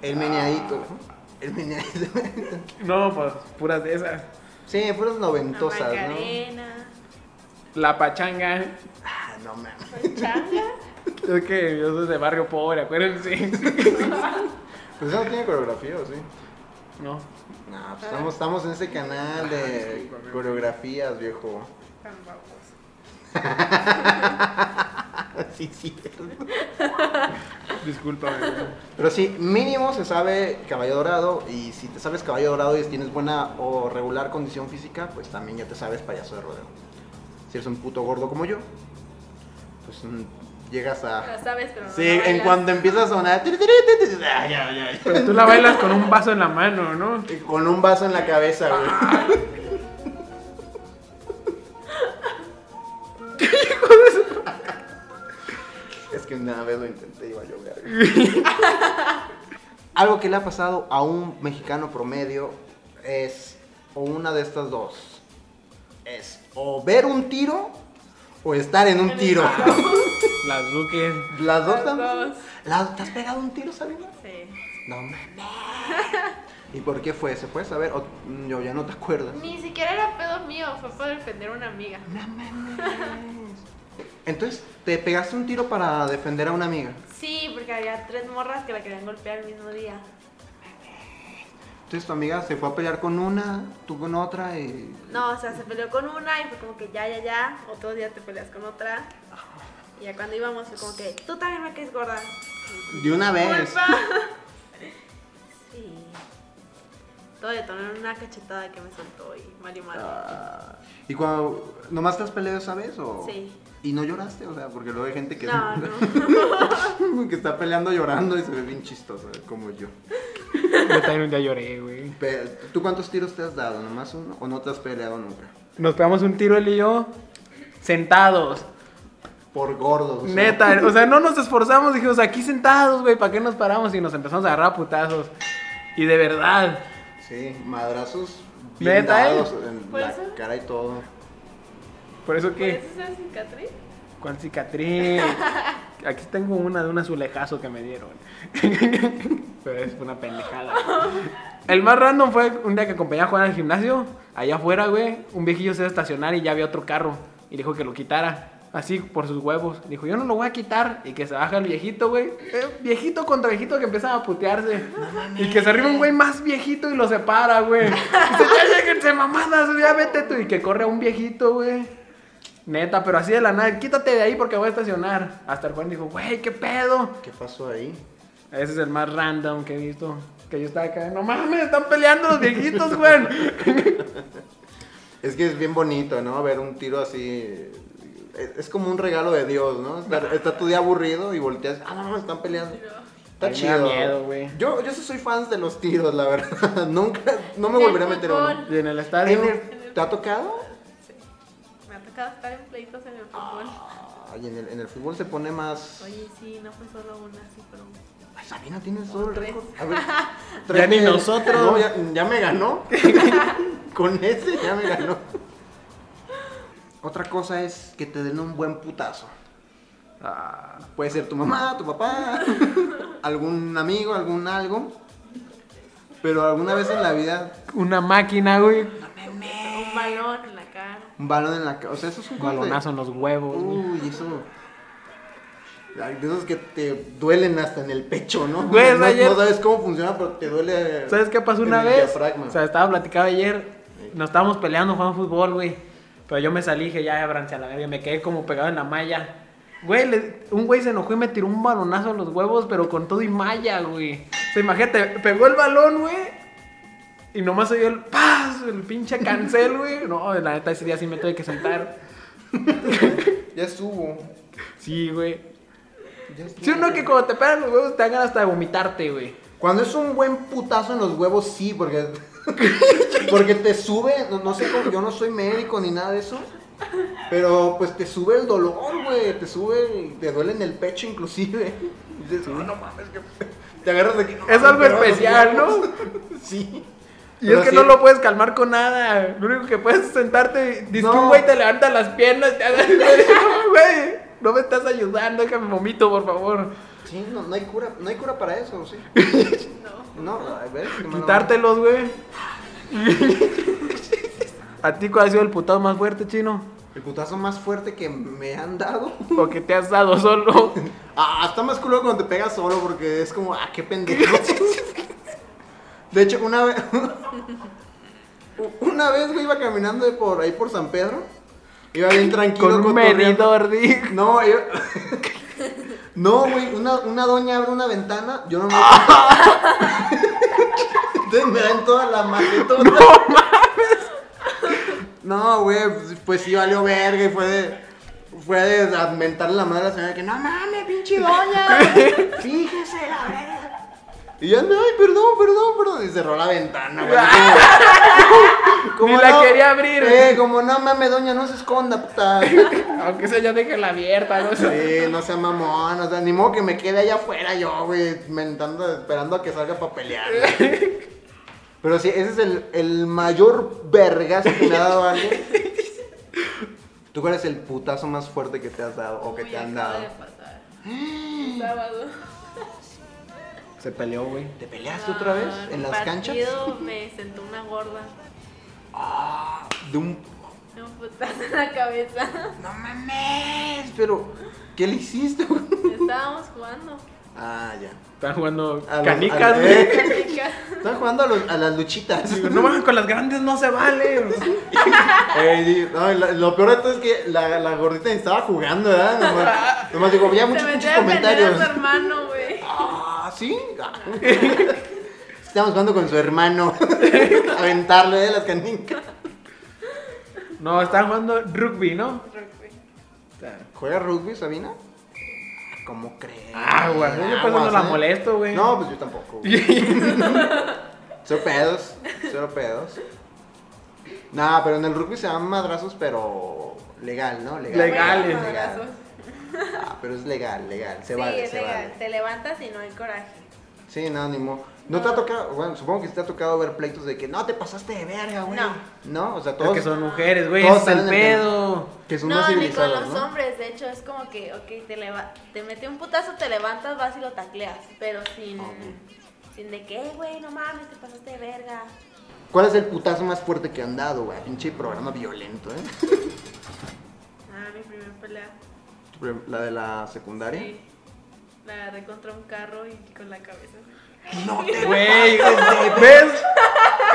S4: El meneadito, güey. El meneadito.
S3: No, pues puras de esas.
S4: Sí, fueron
S5: La
S4: noventosas, ¿no?
S5: macarena.
S3: La pachanga.
S4: Ah, no mames.
S5: Soy changa.
S3: Es que yo soy de barrio pobre, acuérdense.
S4: Pues ya no tiene coreografía, ¿o sí?
S3: No.
S4: No, pues estamos, estamos en ese canal de coreografías, viejo.
S5: Tan baboso.
S4: sí, sí.
S3: Discúlpame. güey.
S4: Pero sí, mínimo se sabe caballo dorado. Y si te sabes caballo dorado y tienes buena o regular condición física, pues también ya te sabes payaso de rodeo. Si eres un puto gordo como yo, pues mm, llegas a...
S5: Lo sabes, pero no
S4: Sí,
S5: lo
S4: en
S5: bailas.
S4: cuanto empieza a sonar... tiri, tiri, tiri, tiri, ah, ya, ya, ya.
S3: Pero tú la bailas con un vaso en la mano, ¿no?
S4: Y Con un vaso en la cabeza, güey. Es que una vez lo intenté y valió verga. Algo que le ha pasado a un mexicano promedio es, o una de estas dos, es o ver un tiro o estar en un tiro.
S3: Las duques.
S4: Las dos
S5: Las
S4: también.
S5: dos.
S4: Las- ¿Te has pegado un tiro, Sabina?
S5: Sí.
S4: No mames. ¿Y por qué fue? ¿Se puede saber? O- yo ya no te acuerdas.
S5: Ni siquiera era pedo mío, fue por defender a una amiga.
S4: Entonces, te pegaste un tiro para defender a una amiga.
S5: Sí, porque había tres morras que la querían golpear el mismo día.
S4: Entonces tu amiga se fue a pelear con una, tú con otra y...
S5: No, o sea, se peleó con una y fue como que ya, ya, ya. Otro día te peleas con otra. Y ya cuando íbamos fue como que tú también me quedes gorda.
S4: Pues. De una vez.
S5: ¡Culpa! Sí. Todo detonó en una cachetada que me soltó y valió madre.
S4: Ah, y cuando... ¿Nomás te has peleado esa vez o...?
S5: Sí.
S4: ¿Y no lloraste? O sea, porque luego hay gente que...
S5: No, no.
S4: que está peleando llorando y se ve bien chistosa, como yo.
S3: Yo también un día lloré, güey.
S4: Pero, ¿Tú cuántos tiros te has dado? ¿Nomás uno? ¿O no te has peleado nunca?
S3: Nos pegamos un tiro él y yo, sentados.
S4: Por gordos. o sea.
S3: Neta, o sea, no nos esforzamos, dijimos aquí sentados, güey, ¿para qué nos paramos? Y nos empezamos a agarrar a putazos. Y de verdad,
S4: Sí, madrazos. bien
S3: Neta, ¿eh?
S4: dados En
S5: ¿Por
S4: la
S5: eso?
S4: cara y todo.
S3: por eso que,
S5: ¿Puedes usar cicatriz?
S3: ¿cuál cicatriz? Aquí tengo una de un azulejazo que me dieron. Pero es una pendejada. güey. El más random fue un día que acompañé a Juan al gimnasio, allá afuera, güey, un viejillo se iba a estacionar y ya había otro carro. Y dijo que lo quitara. Así, por sus huevos. Dijo, yo no lo voy a quitar. Y que se baja el viejito, güey. Eh, viejito contra viejito que empieza a putearse. y que se arriba un güey más viejito y lo separa, güey. Y dice, ya lléguense, mamadas, ya vete tú. Y que corre a un viejito, güey. Neta, pero así de la nada. Quítate de ahí porque voy a estacionar. Hasta el Juan dijo, güey, qué pedo.
S4: ¿Qué pasó ahí?
S3: Ese es el más random que he visto. Que yo estaba acá, no mames, están peleando los viejitos, güey.
S4: Es que es bien bonito, ¿no? Ver un tiro así. Es, es como un regalo de Dios, ¿no? Está, está tu día aburrido y volteas. Ah, no, no, están peleando. Está
S3: Ay, me da
S4: chido.
S3: miedo, güey.
S4: Yo, yo sí soy fan de los tiros, la verdad. Nunca, no me
S5: Del
S4: volveré a meter
S5: fútbol.
S4: uno.
S3: Y en el estadio.
S4: ¿En el- ¿Te ha tocado?
S5: Me ha tocado estar en pleitos en el fútbol.
S4: Ay, en el, en el fútbol se pone más.
S5: Oye, sí, no fue solo una, sí fueron.
S4: Ay, Sabina, tienes todo el
S5: Tres.
S4: récord. A ver,
S3: Ya ni
S4: tráeme-
S3: nosotros.
S4: No, ya, ya me ganó. Con ese ya me ganó. Otra cosa es que te den un buen putazo.
S3: Ah,
S4: Puede ser tu mamá, tu papá, algún amigo, algún algo. Pero alguna vez en la vida,
S3: una máquina, güey.
S5: Un balón en la cara.
S4: un balón en la cabeza. O sea, eso es un golpe.
S3: Balonazo en los huevos, güey.
S4: Uy, eso. Ay, De esos que te duelen hasta en el pecho, ¿no?
S3: Güey,
S4: no,
S3: ayer-
S4: no sabes cómo funciona, pero te duele.
S3: ¿Sabes qué pasó
S4: en
S3: una
S4: el
S3: vez?
S4: diafragma.
S3: O sea, estaba platicando ayer. Nos estábamos peleando, jugando fútbol, güey. Pero yo me salí, dije, ya, abranse a la verga. y Me quedé como pegado en la malla. Güey, le- un güey se enojó y me tiró un balonazo en los huevos, pero con todo y malla, güey. O sea, imagínate, pegó el balón, güey. Y nomás oyó el paz, el pinche cancel, güey. No, la neta, ese día sí me tuve que sentar.
S4: Ya estuvo.
S3: Sí, güey.
S4: ya estuvo.
S3: Sí, uno que cuando te pegan los huevos te dan ganas hasta de vomitarte, güey.
S4: Cuando es un buen putazo en los huevos, sí, porque. porque te sube, no, no sé cómo, yo no soy médico ni nada de eso. Pero pues te sube el dolor, güey. Te sube, te duele en el pecho inclusive. Y dices, "Ah, no mames, que. Te agarras de aquí. "No
S3: Es
S4: mames,
S3: algo
S4: me agarran los
S3: especial, ¿no?
S4: huevos". sí.
S3: Y
S4: Pero
S3: es que
S4: sí,
S3: no lo puedes calmar con nada. Lo único que puedes es sentarte. Dice que un
S4: No.
S3: güey te levanta las piernas. Te hace güey. No me estás ayudando. Déjame vomito, por favor.
S4: Sí, no, no hay cura, no hay cura para eso, sí. No. No, a ver, qué mala
S3: Quitártelos, güey. ¿A ti cuál ha sido el putado más fuerte, chino?
S4: onda. El putazo más fuerte que me han dado.
S3: ¿O que te has dado solo?
S4: Ah, está más culo cuando te pegas solo porque es como, ah, qué pendejo. De hecho, una vez. Una vez, güey, iba caminando de por ahí por San Pedro. Iba bien tranquilo.
S3: Con un
S4: cotorreando.
S3: medidor, dijo.
S4: No, iba- No, güey, una, una doña abre una ventana, yo no me. Entonces me dan toda la maletota. No, güey, pues sí valió verga y fue de. Fue de mentarle la madre a la señora que no mames, pinche doña. Fíjese la verga. Y yo ando, ay, perdón, perdón, perdón. Y cerró la ventana, güey. así como-
S3: Ni la quería abrir.
S4: Eh, como no mames, doña, no se esconda, puta.
S3: Aunque sea ya déjala abierta, no sé.
S4: Sí, no sea mamón, o sea, ni modo que me quede allá afuera yo, güey, mentando, esperando a que salga para pelear. güey. Pero sí, ese es el, el mayor vergazo que me ha dado alguien. ¿Tú cuál es el putazo más fuerte que te has dado o que
S5: Uy,
S4: te han
S5: acaba de
S4: dado?
S5: pasar. El sábado.
S3: Se peleó, güey.
S4: ¿Te peleaste otra vez
S5: Ah,
S4: en las
S5: partido
S4: canchas?
S5: Me sentó una gorda.
S4: Ah, de un...
S5: Me dio un putazo en la cabeza.
S4: No mames, pero... ¿Qué le hiciste, güey?
S5: Estábamos jugando.
S4: Ah, ya.
S3: Están jugando
S4: A los- a
S3: canicas,
S4: los-
S3: güey.
S4: Estaba jugando a, los- a las luchitas.
S3: Digo, No mames, con las grandes no se vale.
S4: Ey, di- no, y lo, lo peor de todo es que la, la gordita ni estaba jugando, ¿verdad? Nomás, nomás digo, ya muchos,
S5: Ah. Se metió
S4: muchos
S5: a defender a
S4: comentarios.
S5: su hermano, güey.
S4: Ah, sí. Ah. Estamos jugando con su hermano. Aventarle de las canicas.
S3: No, están jugando rugby, ¿no?
S4: ¿Juega rugby, Sabina? ¿Cómo crees?
S3: Ah, güey, yo pues no
S4: Aguas,
S3: la
S4: ¿eh?
S3: molesto, güey.
S4: No, pues yo tampoco. güey. Cero pedos, cero pedos. Nah, pero en el rugby se dan madrazos, pero legal, ¿no? Legal.
S3: Legales.
S4: Legal. Ah, pero es legal, legal. Se
S5: sí,
S4: vale,
S5: es
S4: se
S5: legal.
S4: vale.
S5: Te levantas y no hay coraje.
S4: Sí, no, ni modo. No te ha tocado, bueno, supongo que sí te ha tocado ver pleitos de que no te pasaste de verga, güey.
S5: No.
S4: No, o sea,
S3: Es
S4: todos.
S3: que son mujeres, güey.
S4: todos
S3: ese Es el
S4: salen en el-
S3: pedo.
S4: que son más
S5: No, ni con
S4: civilizados,
S5: los
S4: ¿no?
S5: hombres. De hecho, es como que, ok, te, leva te mete un putazo, te levantas, vas y lo tacleas. Pero sin. Sin de que, "Eh, güey, no mames, te pasaste de verga.
S4: ¿Cuál es el putazo más fuerte que han dado, güey? Pinche programa violento, ¿eh?
S5: Ah, mi primer pelea.
S4: ¿La de la secundaria?
S5: Sí. La agarré contra un carro y con la cabeza.
S4: No te
S3: Güey, ¿ves?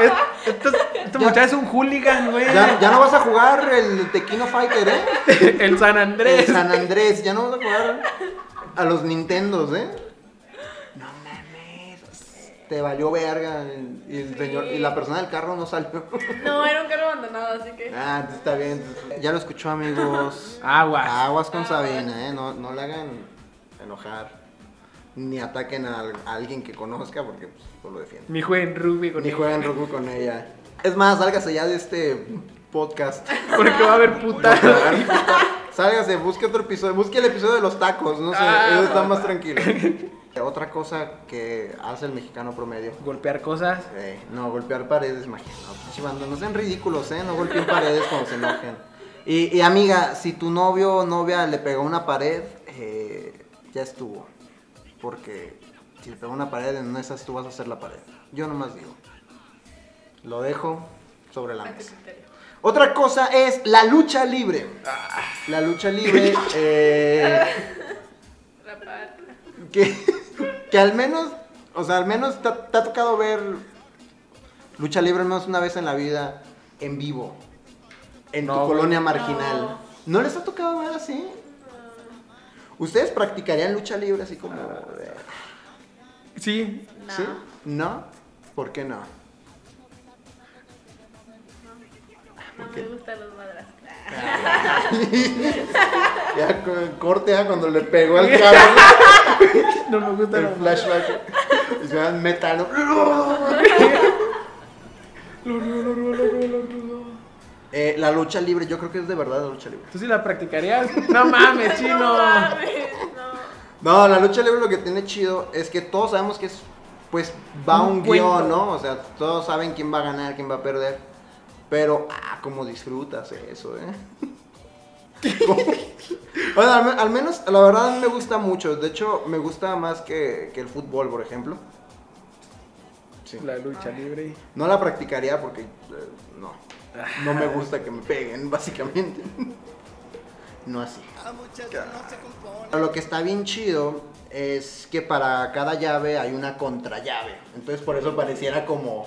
S3: Es- Esto, esta
S4: Ya-
S3: muchacha es un hooligan, güey.
S4: Ya, ya no vas a jugar el Tequino Fighter, ¿eh?
S3: El San Andrés.
S4: El San Andrés, ya no vas a jugar a los Nintendos, ¿eh? No mames. Te valió verga. Y, el señor, y la persona del carro no salió.
S5: No, era un carro abandonado, así que.
S4: Ah, entonces está bien. entonces- Ya lo escuchó, amigos.
S3: Aguas.
S4: Aguas con Sabina, ¿eh? No, no le hagan enojar. Ni ataquen a, al- a alguien que conozca porque pues, no lo defiende.
S3: Ni jueguen rugby con
S4: Ni juegan Roku con ella. Es más, sálgase ya de este podcast.
S3: Porque va a haber putas.
S4: Sálgase, busque otro episodio, busque el episodio de los tacos, no sé,
S3: Ah,
S4: eso está más tranquilo. Otra cosa que hace el mexicano promedio.
S3: Golpear cosas.
S4: eh, no, golpear paredes, imagínate. No, pinche banda, no sean ridículos, ¿eh? No golpeen paredes cuando se enojen. Y, y, amiga, si tu novio o novia le pegó una pared, eh, ya estuvo. Porque si le pegó una pared, en una de esas tú vas a hacer la pared. Yo nomás digo. Lo dejo sobre la mesa. Otra cosa es la lucha libre. La lucha libre, eh,
S5: Rapar.
S4: que, que al menos, o sea, al menos te, ha- te ha tocado ver lucha libre al menos una vez en la vida en vivo, en tu
S3: No, güey.
S4: colonia marginal. ¿No les ha tocado ver así? ¿Ustedes practicarían lucha libre así como... de-
S3: Sí.
S5: No.
S4: ¿Sí? ¿No? ¿Por qué no?
S5: No me gustan los madrazos.
S4: Ya co- corte ya cuando le pegó al cabrón.
S3: No me gusta
S4: El flashback. Y se dan metal. Eh, la lucha libre, yo creo que es de verdad la lucha libre.
S3: ¿Tú sí la practicarías? No mames,
S4: Pues
S5: No
S3: chino.
S5: mames, no.
S4: No, la lucha libre lo que tiene chido es que todos sabemos que es, pues va
S3: Un
S4: un
S3: cuento.
S4: guión, ¿no? O sea, todos saben quién va a ganar, quién va a perder. Pero, ah, cómo disfrutas eso, ¿eh? Bueno, al, me- al menos, la verdad me gusta mucho. De hecho, me gusta más que, que el fútbol, por ejemplo. Sí.
S3: La lucha libre.
S4: No la practicaría porque eh, no. No me gusta que me peguen, básicamente. No así. Pero lo que está bien chido es que para cada llave hay una contrallave. Entonces por eso pareciera como.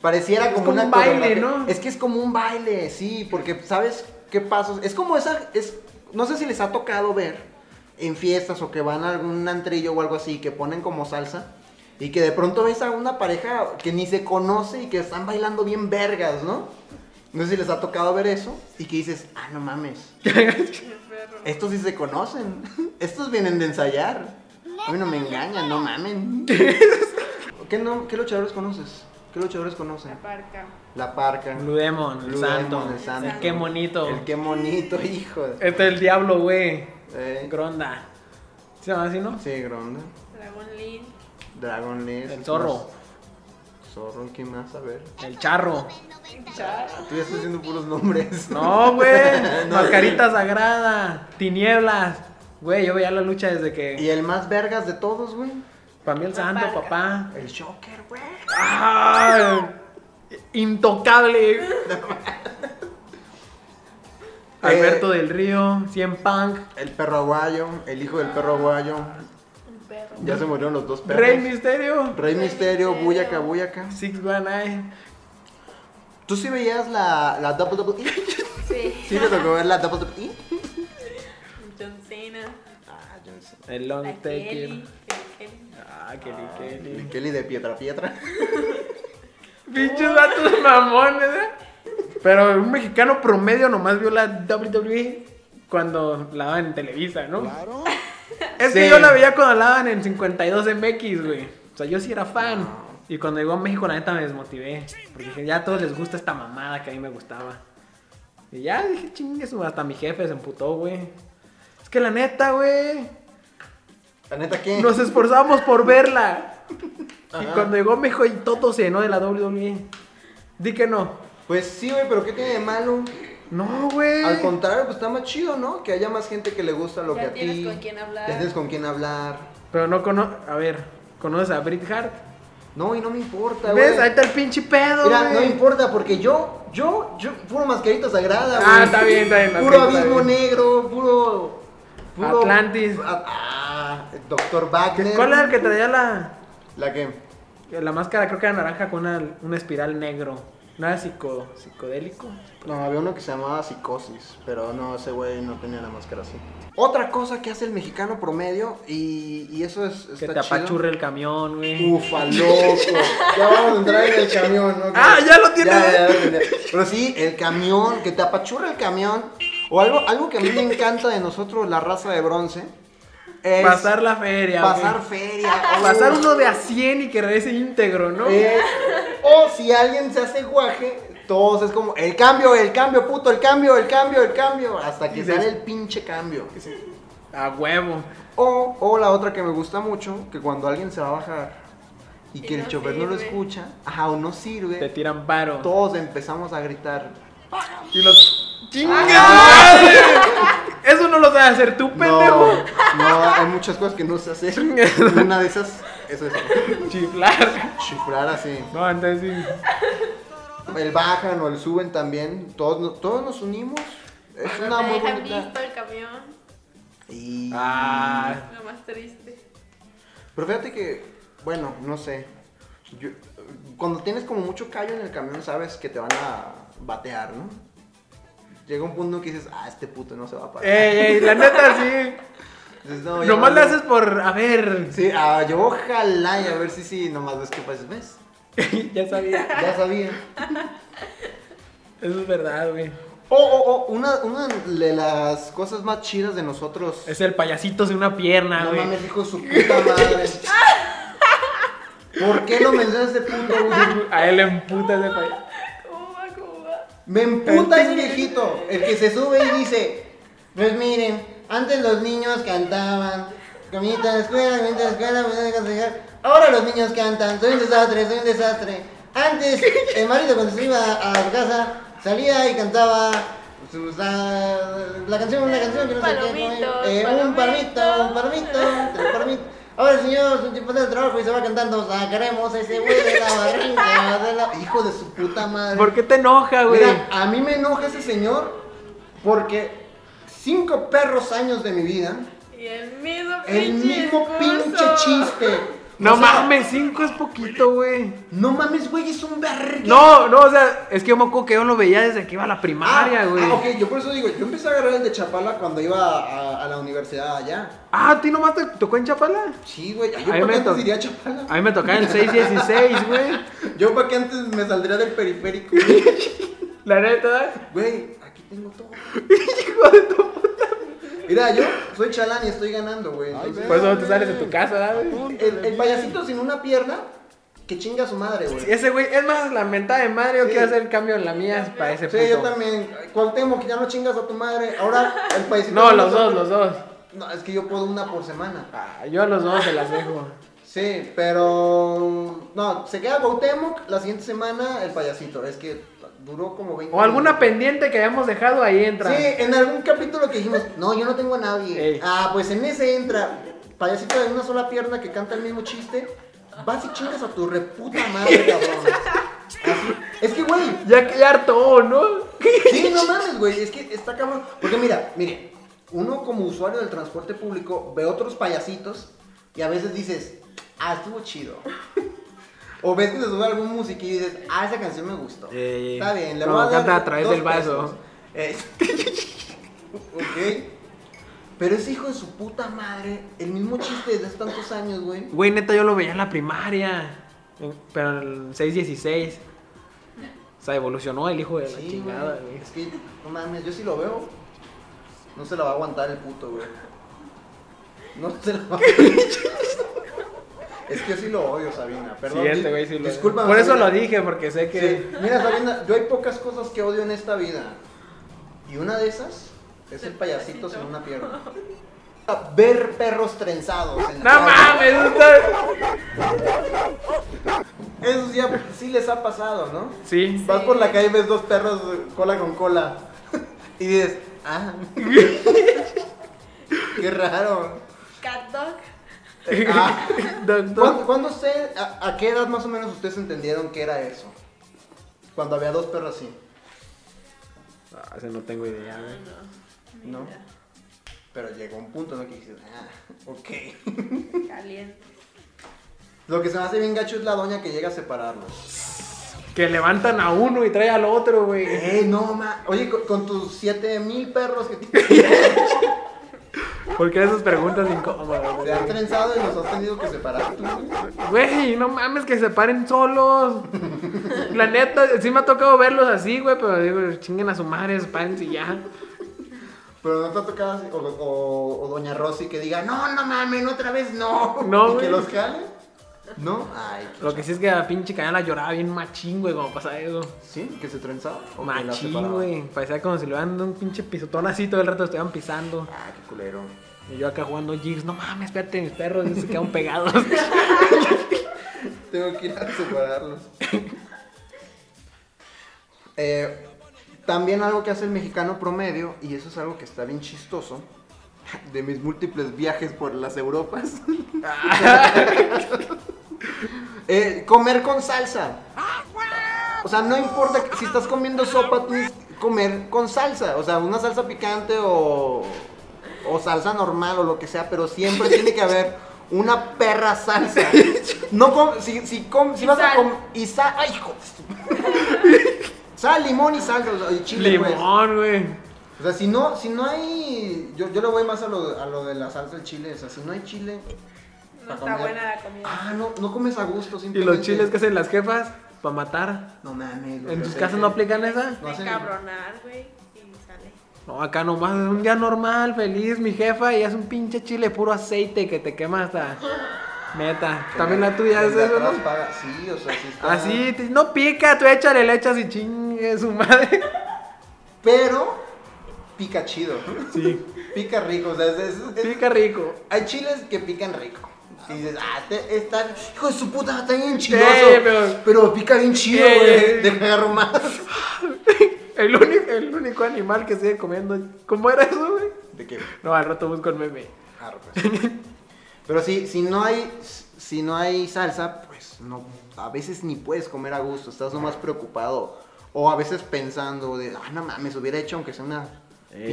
S4: Pareciera
S3: Es
S4: como,
S3: como
S4: una
S3: un baile,
S4: coreografía.
S3: ¿no?
S4: Es que es como un baile, sí, porque sabes qué pasos. Es como esa. Es, no sé si les ha tocado ver en fiestas o que van a algún antrillo o algo así que ponen como salsa. Y que de pronto ves a una pareja que ni se conoce y que están bailando bien vergas, ¿no? No sé si les ha tocado ver eso y que dices, ah, no mames. Estos sí se conocen. Estos vienen de ensayar. A mí no me engañan, no mamen. ¿Qué, no- qué luchadores conoces? ¿Qué luchadores conocen?
S5: Parca.
S4: La Parca.
S3: Blue Demon, el
S4: Blue
S3: santo.
S4: Demon, el santo.
S3: El qué bonito.
S4: El qué bonito, hijo.
S3: Este es el diablo, güey.
S4: Eh,
S3: Gronda. ¿Se llama así, no?
S4: sí, Gronda.
S5: Dragon Link.
S4: Dragon Lee.
S3: El zorro.
S4: Zorro, ¿qué más? A ver.
S3: El charro.
S4: Tú ya estás haciendo puros nombres.
S3: No, güey.
S4: No.
S3: Mascarita sagrada. Tinieblas. Güey, yo veía la lucha desde
S4: Y
S3: que.
S4: el más vergas de todos, güey.
S3: Para mí el santo,
S5: Parca.
S3: papá.
S4: El Joker, güey.
S3: ¡Ay! Intocable. Alberto
S4: Eh,
S3: del Río, Cien Punk,
S4: El perro aguayo. El hijo del perro aguayo.
S5: Un perro.
S4: Ya se murieron los dos perros.
S3: Rey Misterio,
S4: Rey Misterio, Buyaka, Buyaka.
S3: Six One Eye.
S4: ¿Tú sí veías la, la WWE?
S5: Sí.
S4: ¿Sí te tocó ver la E? WWE?
S5: John Cena.
S4: Ah, yo no sé.
S3: El Long
S5: La
S3: Taker.
S5: Kelly. Kelly, Kelly.
S3: Ah, Kelly
S4: El
S3: Kelly.
S4: Kelly de Piedra Piedra.
S3: Pinches datos mamones, ¿eh? Pero un mexicano promedio nomás vio la WWE cuando la daban en Televisa, ¿no? Claro. Es que
S4: Sí.
S3: yo la veía cuando la daban en 52 MX, güey. O sea, yo sí era fan. Y cuando llegó a México, la neta me desmotivé. Porque dije, ya a todos les gusta esta mamada que a mí me gustaba. Y ya dije, chingue, su- hasta mi jefe se emputó, güey. Es que la neta, güey.
S4: La neta, ¿qué?
S3: Nos esforzamos por verla. Y
S4: Ajá.
S3: cuando llegó me dijo, y todo se llenó de la WWE. Di que no.
S4: Pues sí, güey, pero ¿qué tiene de malo?
S3: No, güey.
S4: Al contrario, pues está más chido, ¿no? Que haya más gente que le gusta lo
S5: Ya
S4: que a ti.
S5: tienes con quién hablar.
S4: Ya tienes con quién hablar.
S3: Pero no cono... A ver, ¿conoces a Bret Hart?
S4: No, y no me importa, güey.
S3: ¿Ves? Ahí está el pinche pedo,
S4: Mira, no me
S3: güey.
S4: importa porque yo, yo, yo, puro mascarita sagrada,
S3: Ah,
S4: güey.
S3: está bien, está bien,
S4: Puro
S3: mascarita,
S4: abismo
S3: está bien.
S4: negro, puro, puro-
S3: Atlantis.
S4: Ah, ah, Doctor Wagner.
S3: ¿Cuál era el que traía la,
S4: La que.
S3: la máscara? Creo que era naranja con una, una espiral negro. Nada psico, psicodélico.
S4: No, había uno que se llamaba psicosis, pero no, ese güey no tenía la máscara así. Otra cosa que hace el mexicano promedio, y, y eso es.
S3: Que
S4: está
S3: te
S4: chido.
S3: apachurre el camión, güey.
S4: Ufa, loco. Ya vamos a entrar en el camión, ¿no?
S3: Ah, ya lo tiene.
S4: Ya, ya lo tenía. Pero sí, el camión, que te apachurra el camión. O algo, algo que a mí me encanta de nosotros, la raza de bronce. Es
S3: Pasar la feria, güey.
S4: pasar feria. o-
S3: Pasar uno de a 100 y que regrese íntegro, ¿no?
S4: Eh, o si alguien se hace guaje, todos es como, el cambio, el cambio, puto, el cambio, el cambio, el cambio. Hasta que
S3: Y
S4: sale
S3: se-
S4: el pinche cambio.
S3: A huevo.
S4: O, o la otra que me gusta mucho, que cuando alguien se va a bajar y,
S5: Y
S4: que el
S5: no
S4: chofer no lo
S5: sirve.
S4: escucha, ajá, o no sirve,
S3: Te tiran paro.
S4: todos empezamos a gritar.
S3: Y los. ¡Chinga! Eso no lo sabes hacer tú, pendejo.
S4: No, no, hay muchas cosas que no sé hacer. Una de esas, eso es
S3: Chiflar.
S4: chiflar así.
S3: No, entonces sí.
S4: El bajan o el suben también. Todos, no- todos nos unimos. Es una
S5: No me
S4: muy
S5: dejan
S4: bonita.
S5: visto el camión.
S4: Y-
S3: Ah.
S5: Lo más triste.
S4: Pero fíjate que, bueno, no sé. Yo- cuando tienes como mucho callo en el camión, sabes que te van a batear, ¿no? Llega un punto en que dices, ah, este puto no se va a parar.
S3: Ey, ey, la neta sí.
S4: Dices, no, ya
S3: Eh, Nomás le
S4: valió.
S3: haces por. A ver.
S4: Sí, ah, yo ojalá y a ver si sí, nomás ves que pases, ¿ves?
S3: ya sabía.
S4: Ya sabía.
S3: Eso es verdad, güey.
S4: Oh, oh, oh, una, una de las cosas más chidas de nosotros.
S3: Es el payasito de una pierna,
S4: no
S3: güey.
S4: mames, hijo de su puta madre. ¿Por qué lo mencionas de punto, güey?
S3: A él le emputa ese payaso.
S5: ¿Cómo va? ¿Cómo va?
S4: Me emputa ese viejito, el que se sube y dice, pues miren, antes los niños cantaban, caminita a la escuela, caminita a la escuela, pues me dejan dejar. Ahora los niños cantan, soy un desastre, soy un desastre. Antes, el marido cuando se iba a su casa, salía y cantaba sus, ah, la canción, una canción que no sé qué. ¿no?
S5: Palomitos,
S4: Eh, un palmito,
S5: palomitos.
S4: un palmito, tres palmitos. Ahora el señor se tipo de trabajo y se va cantando, sacaremos a ese güey de la barriga, de la... Hijo de su puta madre.
S3: ¿Por qué te enoja, güey?
S4: Mira, a mí me enoja ese señor porque cinco perros años de mi vida,
S5: Y el mismo pinche.
S4: el mismo
S5: discurso.
S4: pinche chiste.
S3: No
S4: O sea,
S3: mames, cinco es poquito, güey.
S4: No mames, güey, es un verga.
S3: No, no, o sea, es que yo me acuerdo que yo lo veía desde que iba a la
S4: Ah,
S3: primaria, güey.
S4: Ah, ok, yo por eso digo, yo empecé a agarrar el de Chapala cuando iba a, a la universidad allá.
S3: Ah, ¿a ti nomás te tocó en Chapala?
S4: Sí, güey, yo
S3: A mí
S4: para
S3: me
S4: qué antes
S3: to-
S4: diría Chapala.
S3: A mí me tocaba el 616, güey.
S4: Yo para qué antes me saldría del periférico. güey.
S3: La neta,
S4: Güey, aquí tengo todo. Hijo de tu puta. Mira, yo soy chalán y estoy ganando, güey. entonces-
S3: por eso no te sales de tu casa, güey.
S4: El, el payasito sin una pierna, que chinga a su madre, güey.
S3: Y Ese güey, es más, la mentada de madre, yo
S4: Sí.
S3: quiero hacer el cambio en la mía para ese
S4: Sí,
S3: punto.
S4: yo también. Cuauhtémoc, ya no chingas a tu madre. Ahora el payasito.
S3: No, los dos, los dos.
S4: No, es que yo puedo una por semana.
S3: Ah, yo a los dos se las dejo.
S4: Sí, pero. No, se queda Cuauhtémoc, la siguiente semana el payasito. Es que duró como 20
S3: O alguna
S4: minutos.
S3: pendiente que hayamos dejado, ahí entra.
S4: Sí, en algún capítulo que dijimos, no, yo no tengo a nadie.
S3: Ey.
S4: Ah, pues en ese entra payasito de una sola pierna que canta el mismo chiste. Vas y chingas a tu reputa madre, cabrón. Así. Es que, güey,
S3: Ya que ya hartó, ¿no?
S4: Sí, no mames, güey, es que está cabrón. Porque mira, mire, uno como usuario del transporte público ve otros payasitos y a veces dices, ah, estuvo chido. O ves que se sube algún músico y dices, ah, esa canción me gustó.
S3: Sí.
S4: Está bien, le
S3: No,
S4: voy a dar
S3: canta a través
S4: dos
S3: del vaso.
S4: pesos. Eh, ok. Pero ese hijo de su puta madre, el mismo chiste desde hace tantos años, güey.
S3: Güey, neta, yo lo veía en la primaria. en- Pero en el 616. O sea, evolucionó el hijo de la
S4: Sí,
S3: chingada,
S4: güey.
S3: güey.
S4: Es que, no mames, yo sí lo veo. No se la va a aguantar el puto, güey. No se la va a Es que yo sí lo odio, Sabina. Perdón.
S3: Sí, este
S4: di-
S3: güey sí lo-
S4: discúlpame,
S3: Por eso
S4: Sabina.
S3: lo dije, porque sé que.
S4: Sí, Mira, Sabina, yo hay pocas cosas que odio en esta vida. Y una de esas es el payasito sin una pierna. Ver perros trenzados en la
S3: ¡No
S4: calle.
S3: mames! usted-
S4: Eso sí, ha- sí les ha pasado, ¿no?
S3: Sí.
S4: Vas por la calle y ves dos perros eh, cola con cola. Y dices, ah. Qué raro.
S5: Cat dog.
S4: Ah.
S3: Doctor.
S4: ¿Cuándo, cuándo usted, a, a qué edad más o menos ustedes entendieron que era eso? Cuando había dos perros así.
S3: Ah, ese no tengo idea, güey.
S4: No. Pero llegó un punto, ¿no? Que dices, ah, ok.
S5: Caliente.
S4: Lo que se me hace bien gacho es la doña que llega a separarlos.
S3: Que levantan a uno y trae al otro, güey.
S4: Eh, no, ma. Oye, con, con tus 7000 mil perros que
S3: Porque esas preguntas incómodas,
S4: te
S3: güey.
S4: han trenzado y los has tenido que separar tú.
S3: Güey, no mames, que se paren solos. La neta, sí me ha tocado verlos así, güey, pero digo, chinguen a su madre, paren y ya.
S4: Pero no te ha tocado así, o, o- o Doña Rosy que diga, no, no mames, otra vez no.
S3: No,
S4: y
S3: güey.
S4: que los jale. No, ay, qué
S3: Lo que sí es que la pinche canela lloraba bien machín, güey, como pasa eso.
S4: Sí, que se trenzaba. o que la
S3: Machín,
S4: separaba?
S3: güey. Parecía como si le hubieran dado un pinche pisotón así, todo el rato lo estaban pisando.
S4: Ah, qué culero.
S3: Y yo acá jugando Jigs, no mames, espérate, mis perros se quedan pegados.
S4: Tengo que ir a separarlos. Eh, también algo que hace el mexicano promedio, y eso es algo que está bien chistoso, de mis múltiples viajes por las Europas. Eh, comer con salsa. O sea, no importa que- si estás comiendo sopa, tienes que comer con salsa. O sea, una salsa picante o, o salsa normal o lo que sea, pero siempre tiene que haber una perra salsa. No com- si, si, com- si
S5: Y
S4: vas a
S5: sal.
S4: comer. Y sal. ¡Ay, hijo! Sal, limón y salsa. o sea, Y chile, pues.
S3: Limón, güey.
S4: O sea, si no, si no hay. Yo, yo le voy más a lo, a lo de la salsa del chile. O sea, si no hay chile.
S5: No
S4: pa'
S5: está
S4: comer.
S5: buena la comida.
S4: Ah, no, no comes a gusto,
S3: Y
S4: simplemente.
S3: los chiles que hacen las jefas, para matar.
S4: No mames. güey,
S3: ¿En
S4: o
S3: tus
S4: sea,
S3: casas
S4: que-
S3: no aplican esa?
S4: no
S5: De
S4: hacen-
S5: cabronar, güey. Y sale.
S3: No, acá nomás es un día normal, feliz, mi jefa, y hace un pinche chile puro aceite que te quema hasta meta. También la tuya es
S4: Desde
S3: eso,
S4: atrás
S3: ¿no? Ah,
S4: paga- Sí, o sea, sí está.
S3: Así, te- no pica, tú échale, le echas y chingue su madre.
S4: Pero pica chido.
S3: Sí.
S4: Pica rico. O sea, es- es- es-
S3: Pica rico.
S4: Hay chiles que pican rico. Y dices, ah, este está. Hijo de su puta, está bien chido.
S3: pero-
S4: pero... pica bien chido,
S3: Ey, ey.
S4: güey. Deja agarro más.
S3: El único, el único animal que sigue comiendo. ¿Cómo era eso, güey?
S4: ¿De qué?
S3: No, al rato busco el meme.
S4: Arre, pues. Pero sí, si no hay si no hay salsa, pues no a veces ni puedes comer a gusto, estás nomás preocupado o a veces pensando de, ah, no mames, hubiera hecho aunque sea una
S3: Ey.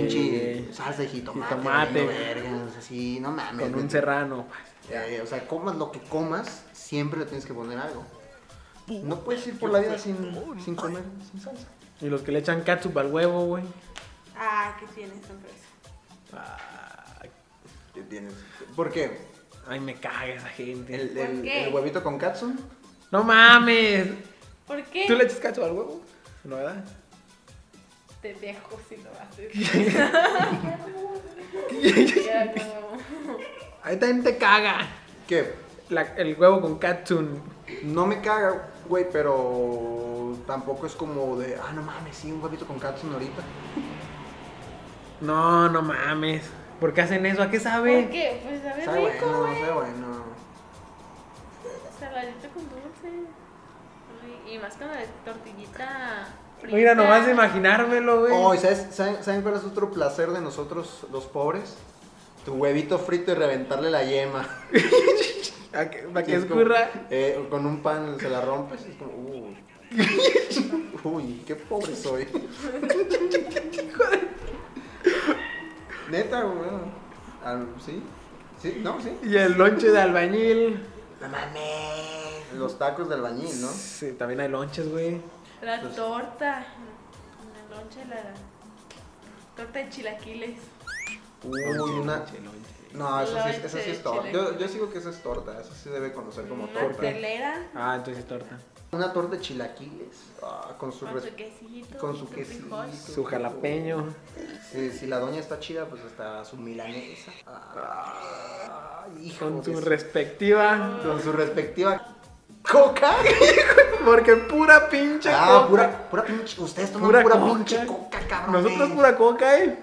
S4: pinche salsa de jitomate,
S3: Eh, Jitomate.
S4: valiendo verga, o sea, sí, no mames.
S3: Con un
S4: güey.
S3: serrano. pues.
S4: Eh, o sea, comas lo que comas, siempre le tienes que poner algo. No puedes ir por la vida sin, sin comer, sin salsa.
S3: Y los que le echan catsup al huevo, güey.
S5: Ah, ¿qué tienes esta empresa?
S4: ¿Qué tienes? ¿Por qué?
S3: Ah, Ay, me caga esa gente.
S4: ¿El,
S5: ¿Por
S4: el-
S5: qué?
S4: el huevito con katsu?
S3: No mames.
S5: ¿Por qué?
S3: ¿Tú le echas catsup al huevo? ¿No, verdad?
S5: pendejo si lo haces. Ya, como-
S3: Ahí también te caga.
S4: ¿Qué?
S3: La- el huevo con Katsun.
S4: No me caga, güey, pero tampoco es como de, ah, no mames, sí, un huevito con Katsun ahorita.
S3: No, no mames. ¿Por qué hacen eso? ¿A qué
S5: ¿Por
S3: sabe?
S5: qué? Pues sabe
S4: Sabe
S5: rico,
S4: bueno,
S5: güey.
S4: sabe bueno.
S5: Saladito con dulce. Ay, Y más con la de tortillita frita.
S3: Mira, nomás de imaginármelo, güey.
S4: Oh, ¿y ¿sabes, saben, saben cuál es otro placer de nosotros los pobres? Tu huevito frito y reventarle la yema.
S3: ¿A que, para
S4: Sí,
S3: que
S4: es como,
S3: escurra.
S4: eh, con un pan se la rompes y es como, uy. Uy, qué pobre soy. Neta, güey. Al- ¿Sí? ¿Sí? ¿No? ¿Sí?
S3: Y el lonche de albañil.
S4: No mames. Los tacos del bañil, ¿no?
S3: Sí, también hay lonches, güey.
S5: La
S4: Pues-
S5: torta. La loncha, la torta de chilaquiles.
S4: Uy, una.
S3: Lonche, lonche.
S4: No, eso sí, es- eso sí
S5: Lonche de
S4: es torta. Yo,
S5: chilaquiles.
S4: yo sigo que eso es torta. Eso sí debe conocer como
S5: Una
S4: torta.
S5: telera.
S3: Ah, entonces es torta.
S4: Una torta de chilaquiles. ah, con su.
S5: Con
S4: res-
S5: su quesito.
S4: con su
S5: frijol.
S4: quesito.
S3: Su jalapeño.
S4: Si, si la doña está chida, pues está su milanesa. Ah, hijo
S3: Con
S4: de
S3: su respectiva.
S4: Con su respectiva coca.
S3: Porque pura pinche
S4: Ah,
S3: coca.
S4: pura, pura pinche. Ustedes toman
S3: Pura
S4: pura,
S3: coca.
S4: pinche coca, cabrón.
S3: Nosotros pura coca, eh.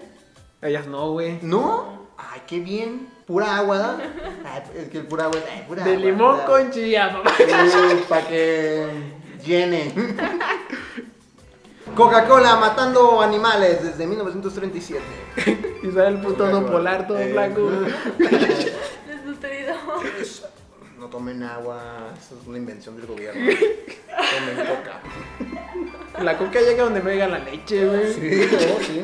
S3: Ellas no, güey.
S4: ¿No? Ay, qué bien. Pura agua, ¿da? Ay, es que el pura agua es. ay, pura
S3: De
S4: agua,
S3: limón
S4: pura
S3: con chía, papá.
S4: Sí, para que llene. Coca-Cola matando animales desde 1937.
S3: Y sale el puto no polar todo
S4: Eh,
S3: blanco.
S5: Desnutrido.
S4: No tomen agua, eso es una invención del gobierno. Tomen coca.
S3: La coca llega donde me llega la leche, güey.
S4: Sí, sí.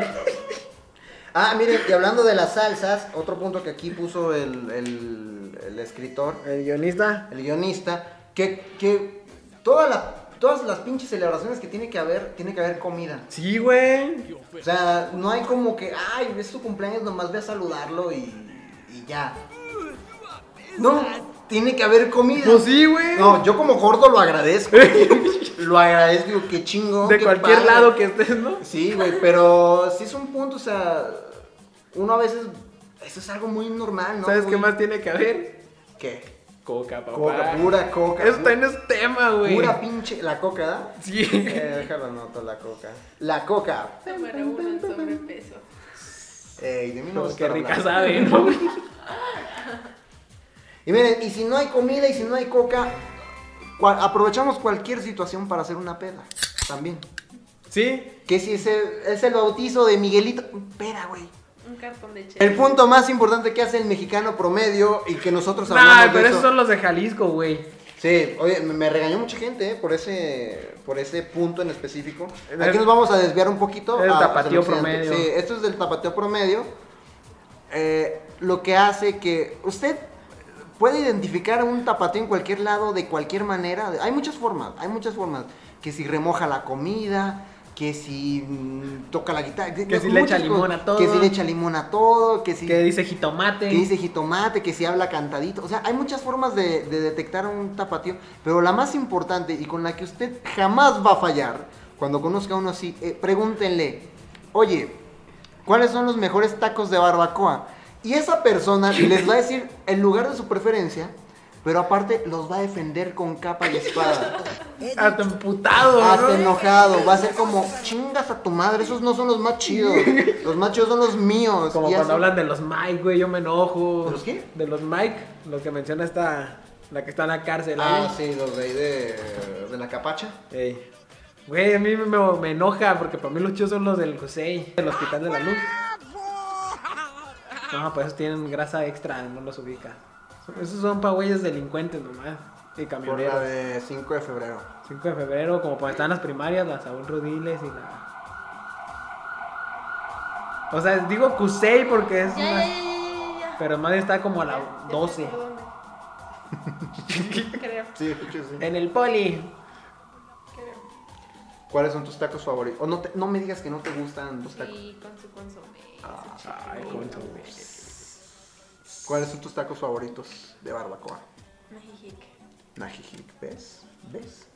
S4: Ah, miren, y hablando de las salsas, otro punto que aquí puso el, el- el escritor,
S3: El guionista.
S4: el guionista, que, que toda la- todas las pinches celebraciones que tiene que haber, tiene que haber comida.
S3: Sí, güey.
S4: O sea, no hay como que, ay, es tu cumpleaños, nomás ve a saludarlo y, y ya. No, tiene que haber comida.
S3: Pues sí, güey.
S4: No, yo como gordo lo agradezco. lo agradezco, digo, qué chingón.
S3: De
S4: qué
S3: cualquier
S4: padre.
S3: lado que estés, ¿no?
S4: Sí, güey, pero sí es un punto, o sea, uno a veces, eso es algo muy normal, ¿no?
S3: ¿Sabes
S4: Muy-
S3: qué más tiene que haber?
S4: ¿Qué?
S3: Coca, papá.
S4: Coca, pura coca.
S3: Eso
S4: pu-
S3: también es tema, güey.
S4: Pura pinche, la coca, ¿da?
S3: Sí.
S4: Eh, déjalo anoto, la coca. La coca.
S5: Se me reúne el sobrepeso.
S4: Ey, de mí no vas
S3: Pues
S4: a
S3: qué
S4: estar
S3: rica
S4: hablando.
S3: sabe, ¿no? güey?
S4: Y miren, y si no hay comida y si no hay coca, cual- aprovechamos cualquier situación para hacer una peda. También.
S3: Sí.
S4: Que si es el, es el bautizo de Miguelito. Peda, güey.
S5: Un cartón de chela.
S4: El punto más importante que hace el mexicano promedio y que nosotros hablamos
S3: Nah,
S4: de
S3: pero
S4: eso-
S3: esos son los de Jalisco, güey.
S4: Sí, oye, me- me regañó mucha gente eh, por ese por ese punto en específico. Aquí nos vamos a desviar un poquito.
S3: El
S4: a- hacia
S3: tapateo
S4: occidente.
S3: promedio.
S4: Sí, esto es del tapateo promedio. Eh, lo que hace que usted puede identificar un tapateo en cualquier lado, de cualquier manera. Hay muchas formas, hay muchas formas. Que si remoja la comida, que si mm, toca la guitarra.
S3: Que si le
S4: muchas
S3: echa limón a todo.
S4: Que si le echa limón a todo, que si...
S3: Que dice jitomate.
S4: Que dice jitomate, que si habla cantadito. O sea, hay muchas formas de, de detectar un tapatío. Pero la más importante y con la que usted jamás va a fallar, cuando conozca a uno así, eh, pregúntenle, oye, ¿cuáles son los mejores tacos de barbacoa? Y esa persona les va a decir el lugar de su preferencia, pero aparte los va a defender con capa y espada.
S3: Hasta emputado,
S4: Hasta
S3: ¿no?
S4: enojado, va a ser como chingas a tu madre, esos no son los más chidos, los más chidos son los míos.
S3: Como
S4: Y
S3: cuando
S4: así-
S3: hablan de los Mike, güey, yo me enojo.
S4: ¿De los qué?
S3: De los Mike, los que menciona esta. La que está en la cárcel.
S4: Ah,
S3: ahí.
S4: sí, los de ahí de, de la capacha.
S3: Ey. Güey, a mí me, me enoja porque para mí los chidos son los del José, del Hospital de la Luz. No, pues esos tienen grasa extra, no los ubica. Esos son para güeyes delincuentes nomás. Y
S4: Por la
S3: camioneros.
S4: de 5 de febrero.
S3: 5 de febrero, como cuando estaban las primarias, las Saúl Rudiles y la. O sea, digo Cusey porque es
S5: Ya, ya,
S3: más.
S5: ya, ya, ya, ya.
S3: Pero más bien está como a la
S5: Ya sé
S3: 12.
S5: por dónde. Creo,
S4: Sí, escucho, sí.
S3: En el poli.
S5: creo.
S4: ¿Cuáles son tus tacos favoritos? O no, te- no me digas que no te gustan los tacos.
S5: Y con su consomé. su
S3: Ay,
S5: chile.
S3: concho,
S4: ¿Cuáles son tus tacos favoritos de barbacoa?
S5: Ajijic.
S4: Najijic, ¿ves? ¿Ves?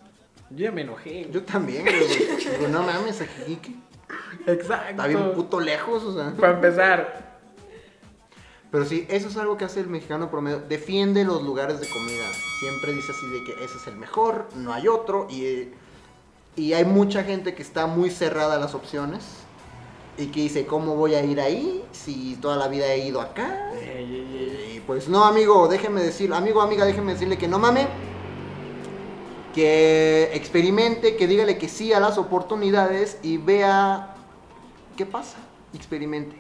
S3: Yo ya me enojé.
S4: Yo también, güey. Digo, no mames, ajijique.
S3: Exacto.
S4: Está bien puto lejos, o sea.
S3: Para empezar.
S4: Pero sí, eso es algo que hace el mexicano promedio. Defiende los lugares de comida. Siempre dice así de que ese es el mejor, no hay otro. Y, eh, y hay mucha gente que está muy cerrada a las opciones. Y que dice, ¿cómo voy a ir ahí? Si toda la vida he ido acá. Y pues no, amigo, déjeme decir, amigo, amiga, déjeme decirle que no mame. Que experimente, que dígale que sí a las oportunidades y vea qué pasa. Experimente.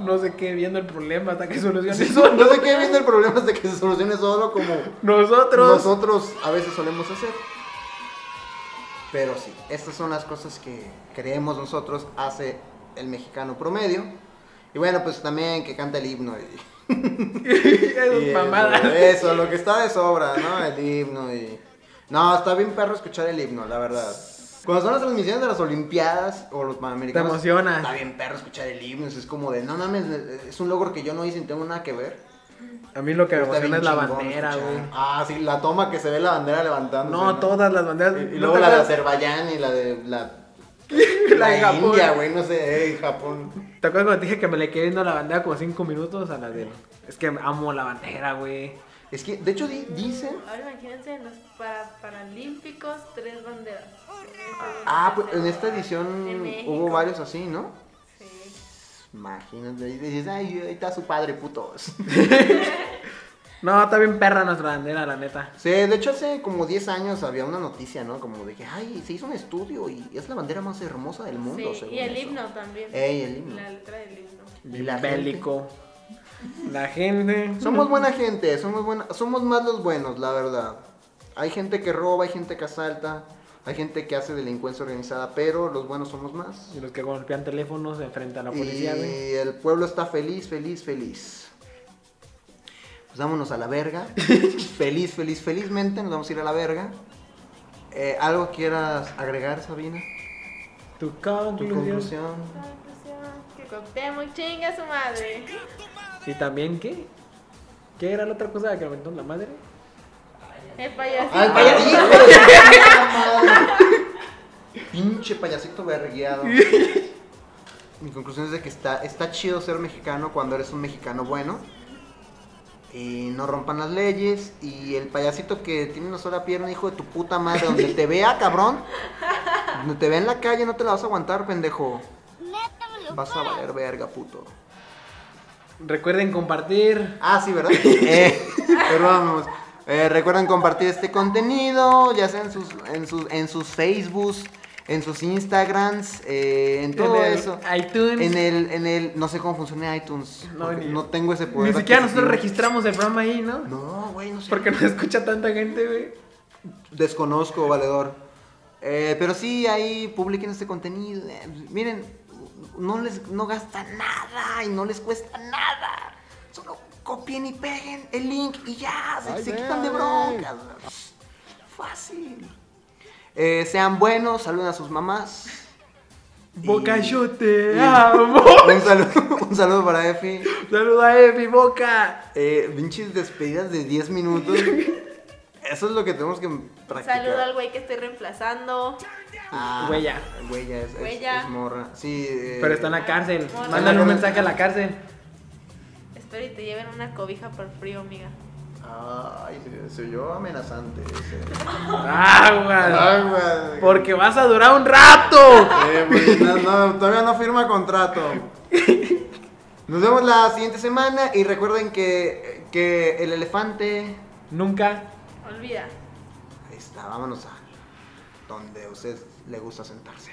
S3: No sé qué viendo el problema hasta que solucione eso.
S4: No sé qué viendo el problema es de que se solucione solo como
S3: Nosotros.
S4: nosotros a veces solemos hacer. Pero sí, estas son las cosas que creemos nosotros hace el mexicano promedio. Y bueno, pues también que canta el himno y,
S3: Esas
S4: y eh, eso,
S3: mamadas.
S4: eso, lo que está de sobra, ¿no? El himno y... No, está bien perro escuchar el himno, la verdad. Cuando son las transmisiones de las Olimpiadas o los Panamericanos...
S3: Te emociona.
S4: Está bien perro escuchar el himno, es como de, no mames, es un logro que yo no hice, no tengo nada que ver.
S3: A mí lo que me
S4: Pero está
S3: emociona
S4: bien
S3: es la
S4: chingón
S3: bandera,
S4: escuchar.
S3: güey.
S4: Ah, sí, la toma que se ve la bandera levantándose.
S3: No, todas las banderas.
S4: Y,
S3: ¿No
S4: y luego
S3: te
S4: la de
S3: acuerdas?
S4: Azerbaiyán y la de la,
S3: La de Japón.
S4: India, güey, no sé, eh, Japón.
S3: ¿Te acuerdas cuando te dije que me le quedé viendo la bandera como 5 minutos a la de... Es que amo la bandera, güey.
S4: Es que, de hecho, di- dicen.
S5: Ahora imagínense en los pa- paralímpicos, tres banderas.
S4: Ah, pues en esta edición
S5: De México.
S4: hubo varios así, ¿no?
S5: Sí.
S4: Imagínate, y dices, ay, ahí está su padre, putos.
S3: No, está bien perra nuestra bandera, la neta.
S4: Sí, de hecho hace como 10 años había una noticia, ¿no? Como de que, ay, se hizo un estudio y es la bandera más hermosa del mundo,
S5: Sí,
S4: según
S5: y el
S4: eso.
S5: himno también.
S4: Ey, el himno.
S5: La letra del himno.
S4: Y la gente.
S3: Bélico. La gente.
S4: Somos buena gente, somos buena, somos más los buenos, la verdad. Hay gente que roba, hay gente que asalta, hay gente que hace delincuencia organizada, pero los buenos somos más.
S3: Y los que golpean teléfonos se enfrentan a la policía, güey.
S4: Y el pueblo está feliz, feliz, feliz. Pues vámonos a la verga. feliz, feliz, felizmente nos vamos a ir a la verga. Eh, ¿Algo quieras agregar, Sabina?
S3: Tu
S4: ¿Tu
S3: conclusión.
S4: conclusión?
S5: Ay, pues ya, Que Cuauhtémoc chinga a su madre.
S3: ¿Y también qué? ¿Qué era la otra cosa de que aventó la madre?
S5: El payasito.
S4: ¡Ay, Ah, payasito! hijo de su puta madre! Pinche payasito vergueado. Mi conclusión es de que está, está chido ser mexicano cuando eres un mexicano bueno. Y no rompan las leyes. Y el payasito que tiene una sola pierna, hijo de tu puta madre, donde te vea, cabrón. Donde te vea en la calle, no te la vas a aguantar, pendejo. Vas a valer verga, puto.
S3: Recuerden compartir.
S4: Ah, sí, ¿verdad? Eh, perdón. Eh, recuerden compartir este contenido, ya sea en sus, en sus, en sus Facebooks, en sus Instagrams, eh, en todo
S3: en el
S4: eso.
S3: iTunes.
S4: En el, en el, no sé cómo funciona iTunes.
S3: No,
S4: porque
S3: ni-
S4: No, tengo ese
S3: Ni
S4: poder.
S3: siquiera nosotros
S4: adquisitivo.
S3: registramos el programa ahí, ¿no?
S4: No, güey, no sé.
S3: Porque no escucha tanta gente, güey.
S4: Desconozco, valedor. Eh, pero sí, ahí publiquen este contenido. Eh, miren, no les no gastan nada y no les cuesta nada. Solo copien y peguen el link y ya, se, se quitan de broncas. Fácil. Eh, sean buenos, saluden a sus mamás.
S3: Boca,
S4: Y-
S3: yo te amo.
S4: Un saludo, un saludo para Efi.
S3: Saluda a Evi, boca.
S4: Eh, pinches despedidas de 10 minutos. Eso es lo que tenemos que practicar.
S5: Saludo al güey que estoy reemplazando.
S4: Ah,
S3: Huella.
S4: Huella es, es-
S5: Huella.
S4: es morra. Sí. eh,
S3: Pero está en la cárcel.
S5: Hola.
S3: Mándale un mensaje a la cárcel.
S5: Espero y te lleven una cobija por frío, amiga.
S4: Ay, se- se oyó amenazante. ese.
S3: Aguas.
S4: Ay, güey.
S3: Ah, Porque vas a durar un rato.
S4: Eh, güey, no, no, todavía no firma contrato. Nos vemos la siguiente semana y recuerden que, que el elefante.
S3: Nunca.
S5: Olvida.
S4: Ahí está, vámonos a donde a usted le gusta sentarse.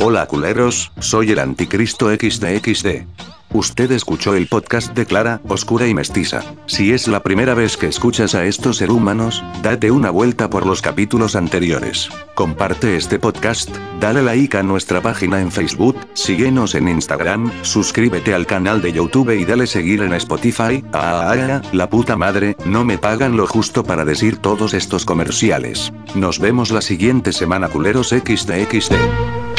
S6: Hola culeros, soy el anticristo XDXD. Usted escuchó el podcast de Clara, Oscura y Mestiza. Si es la primera vez que escuchas a estos ser humanos, date una vuelta por los capítulos anteriores. Comparte este podcast, dale like a nuestra página en Facebook, síguenos en Instagram, suscríbete al canal de YouTube y dale seguir en Spotify. Ah, ah, ah, ah, la puta madre, no me pagan lo justo para decir todos estos comerciales. Nos vemos la siguiente semana culeros XDXD.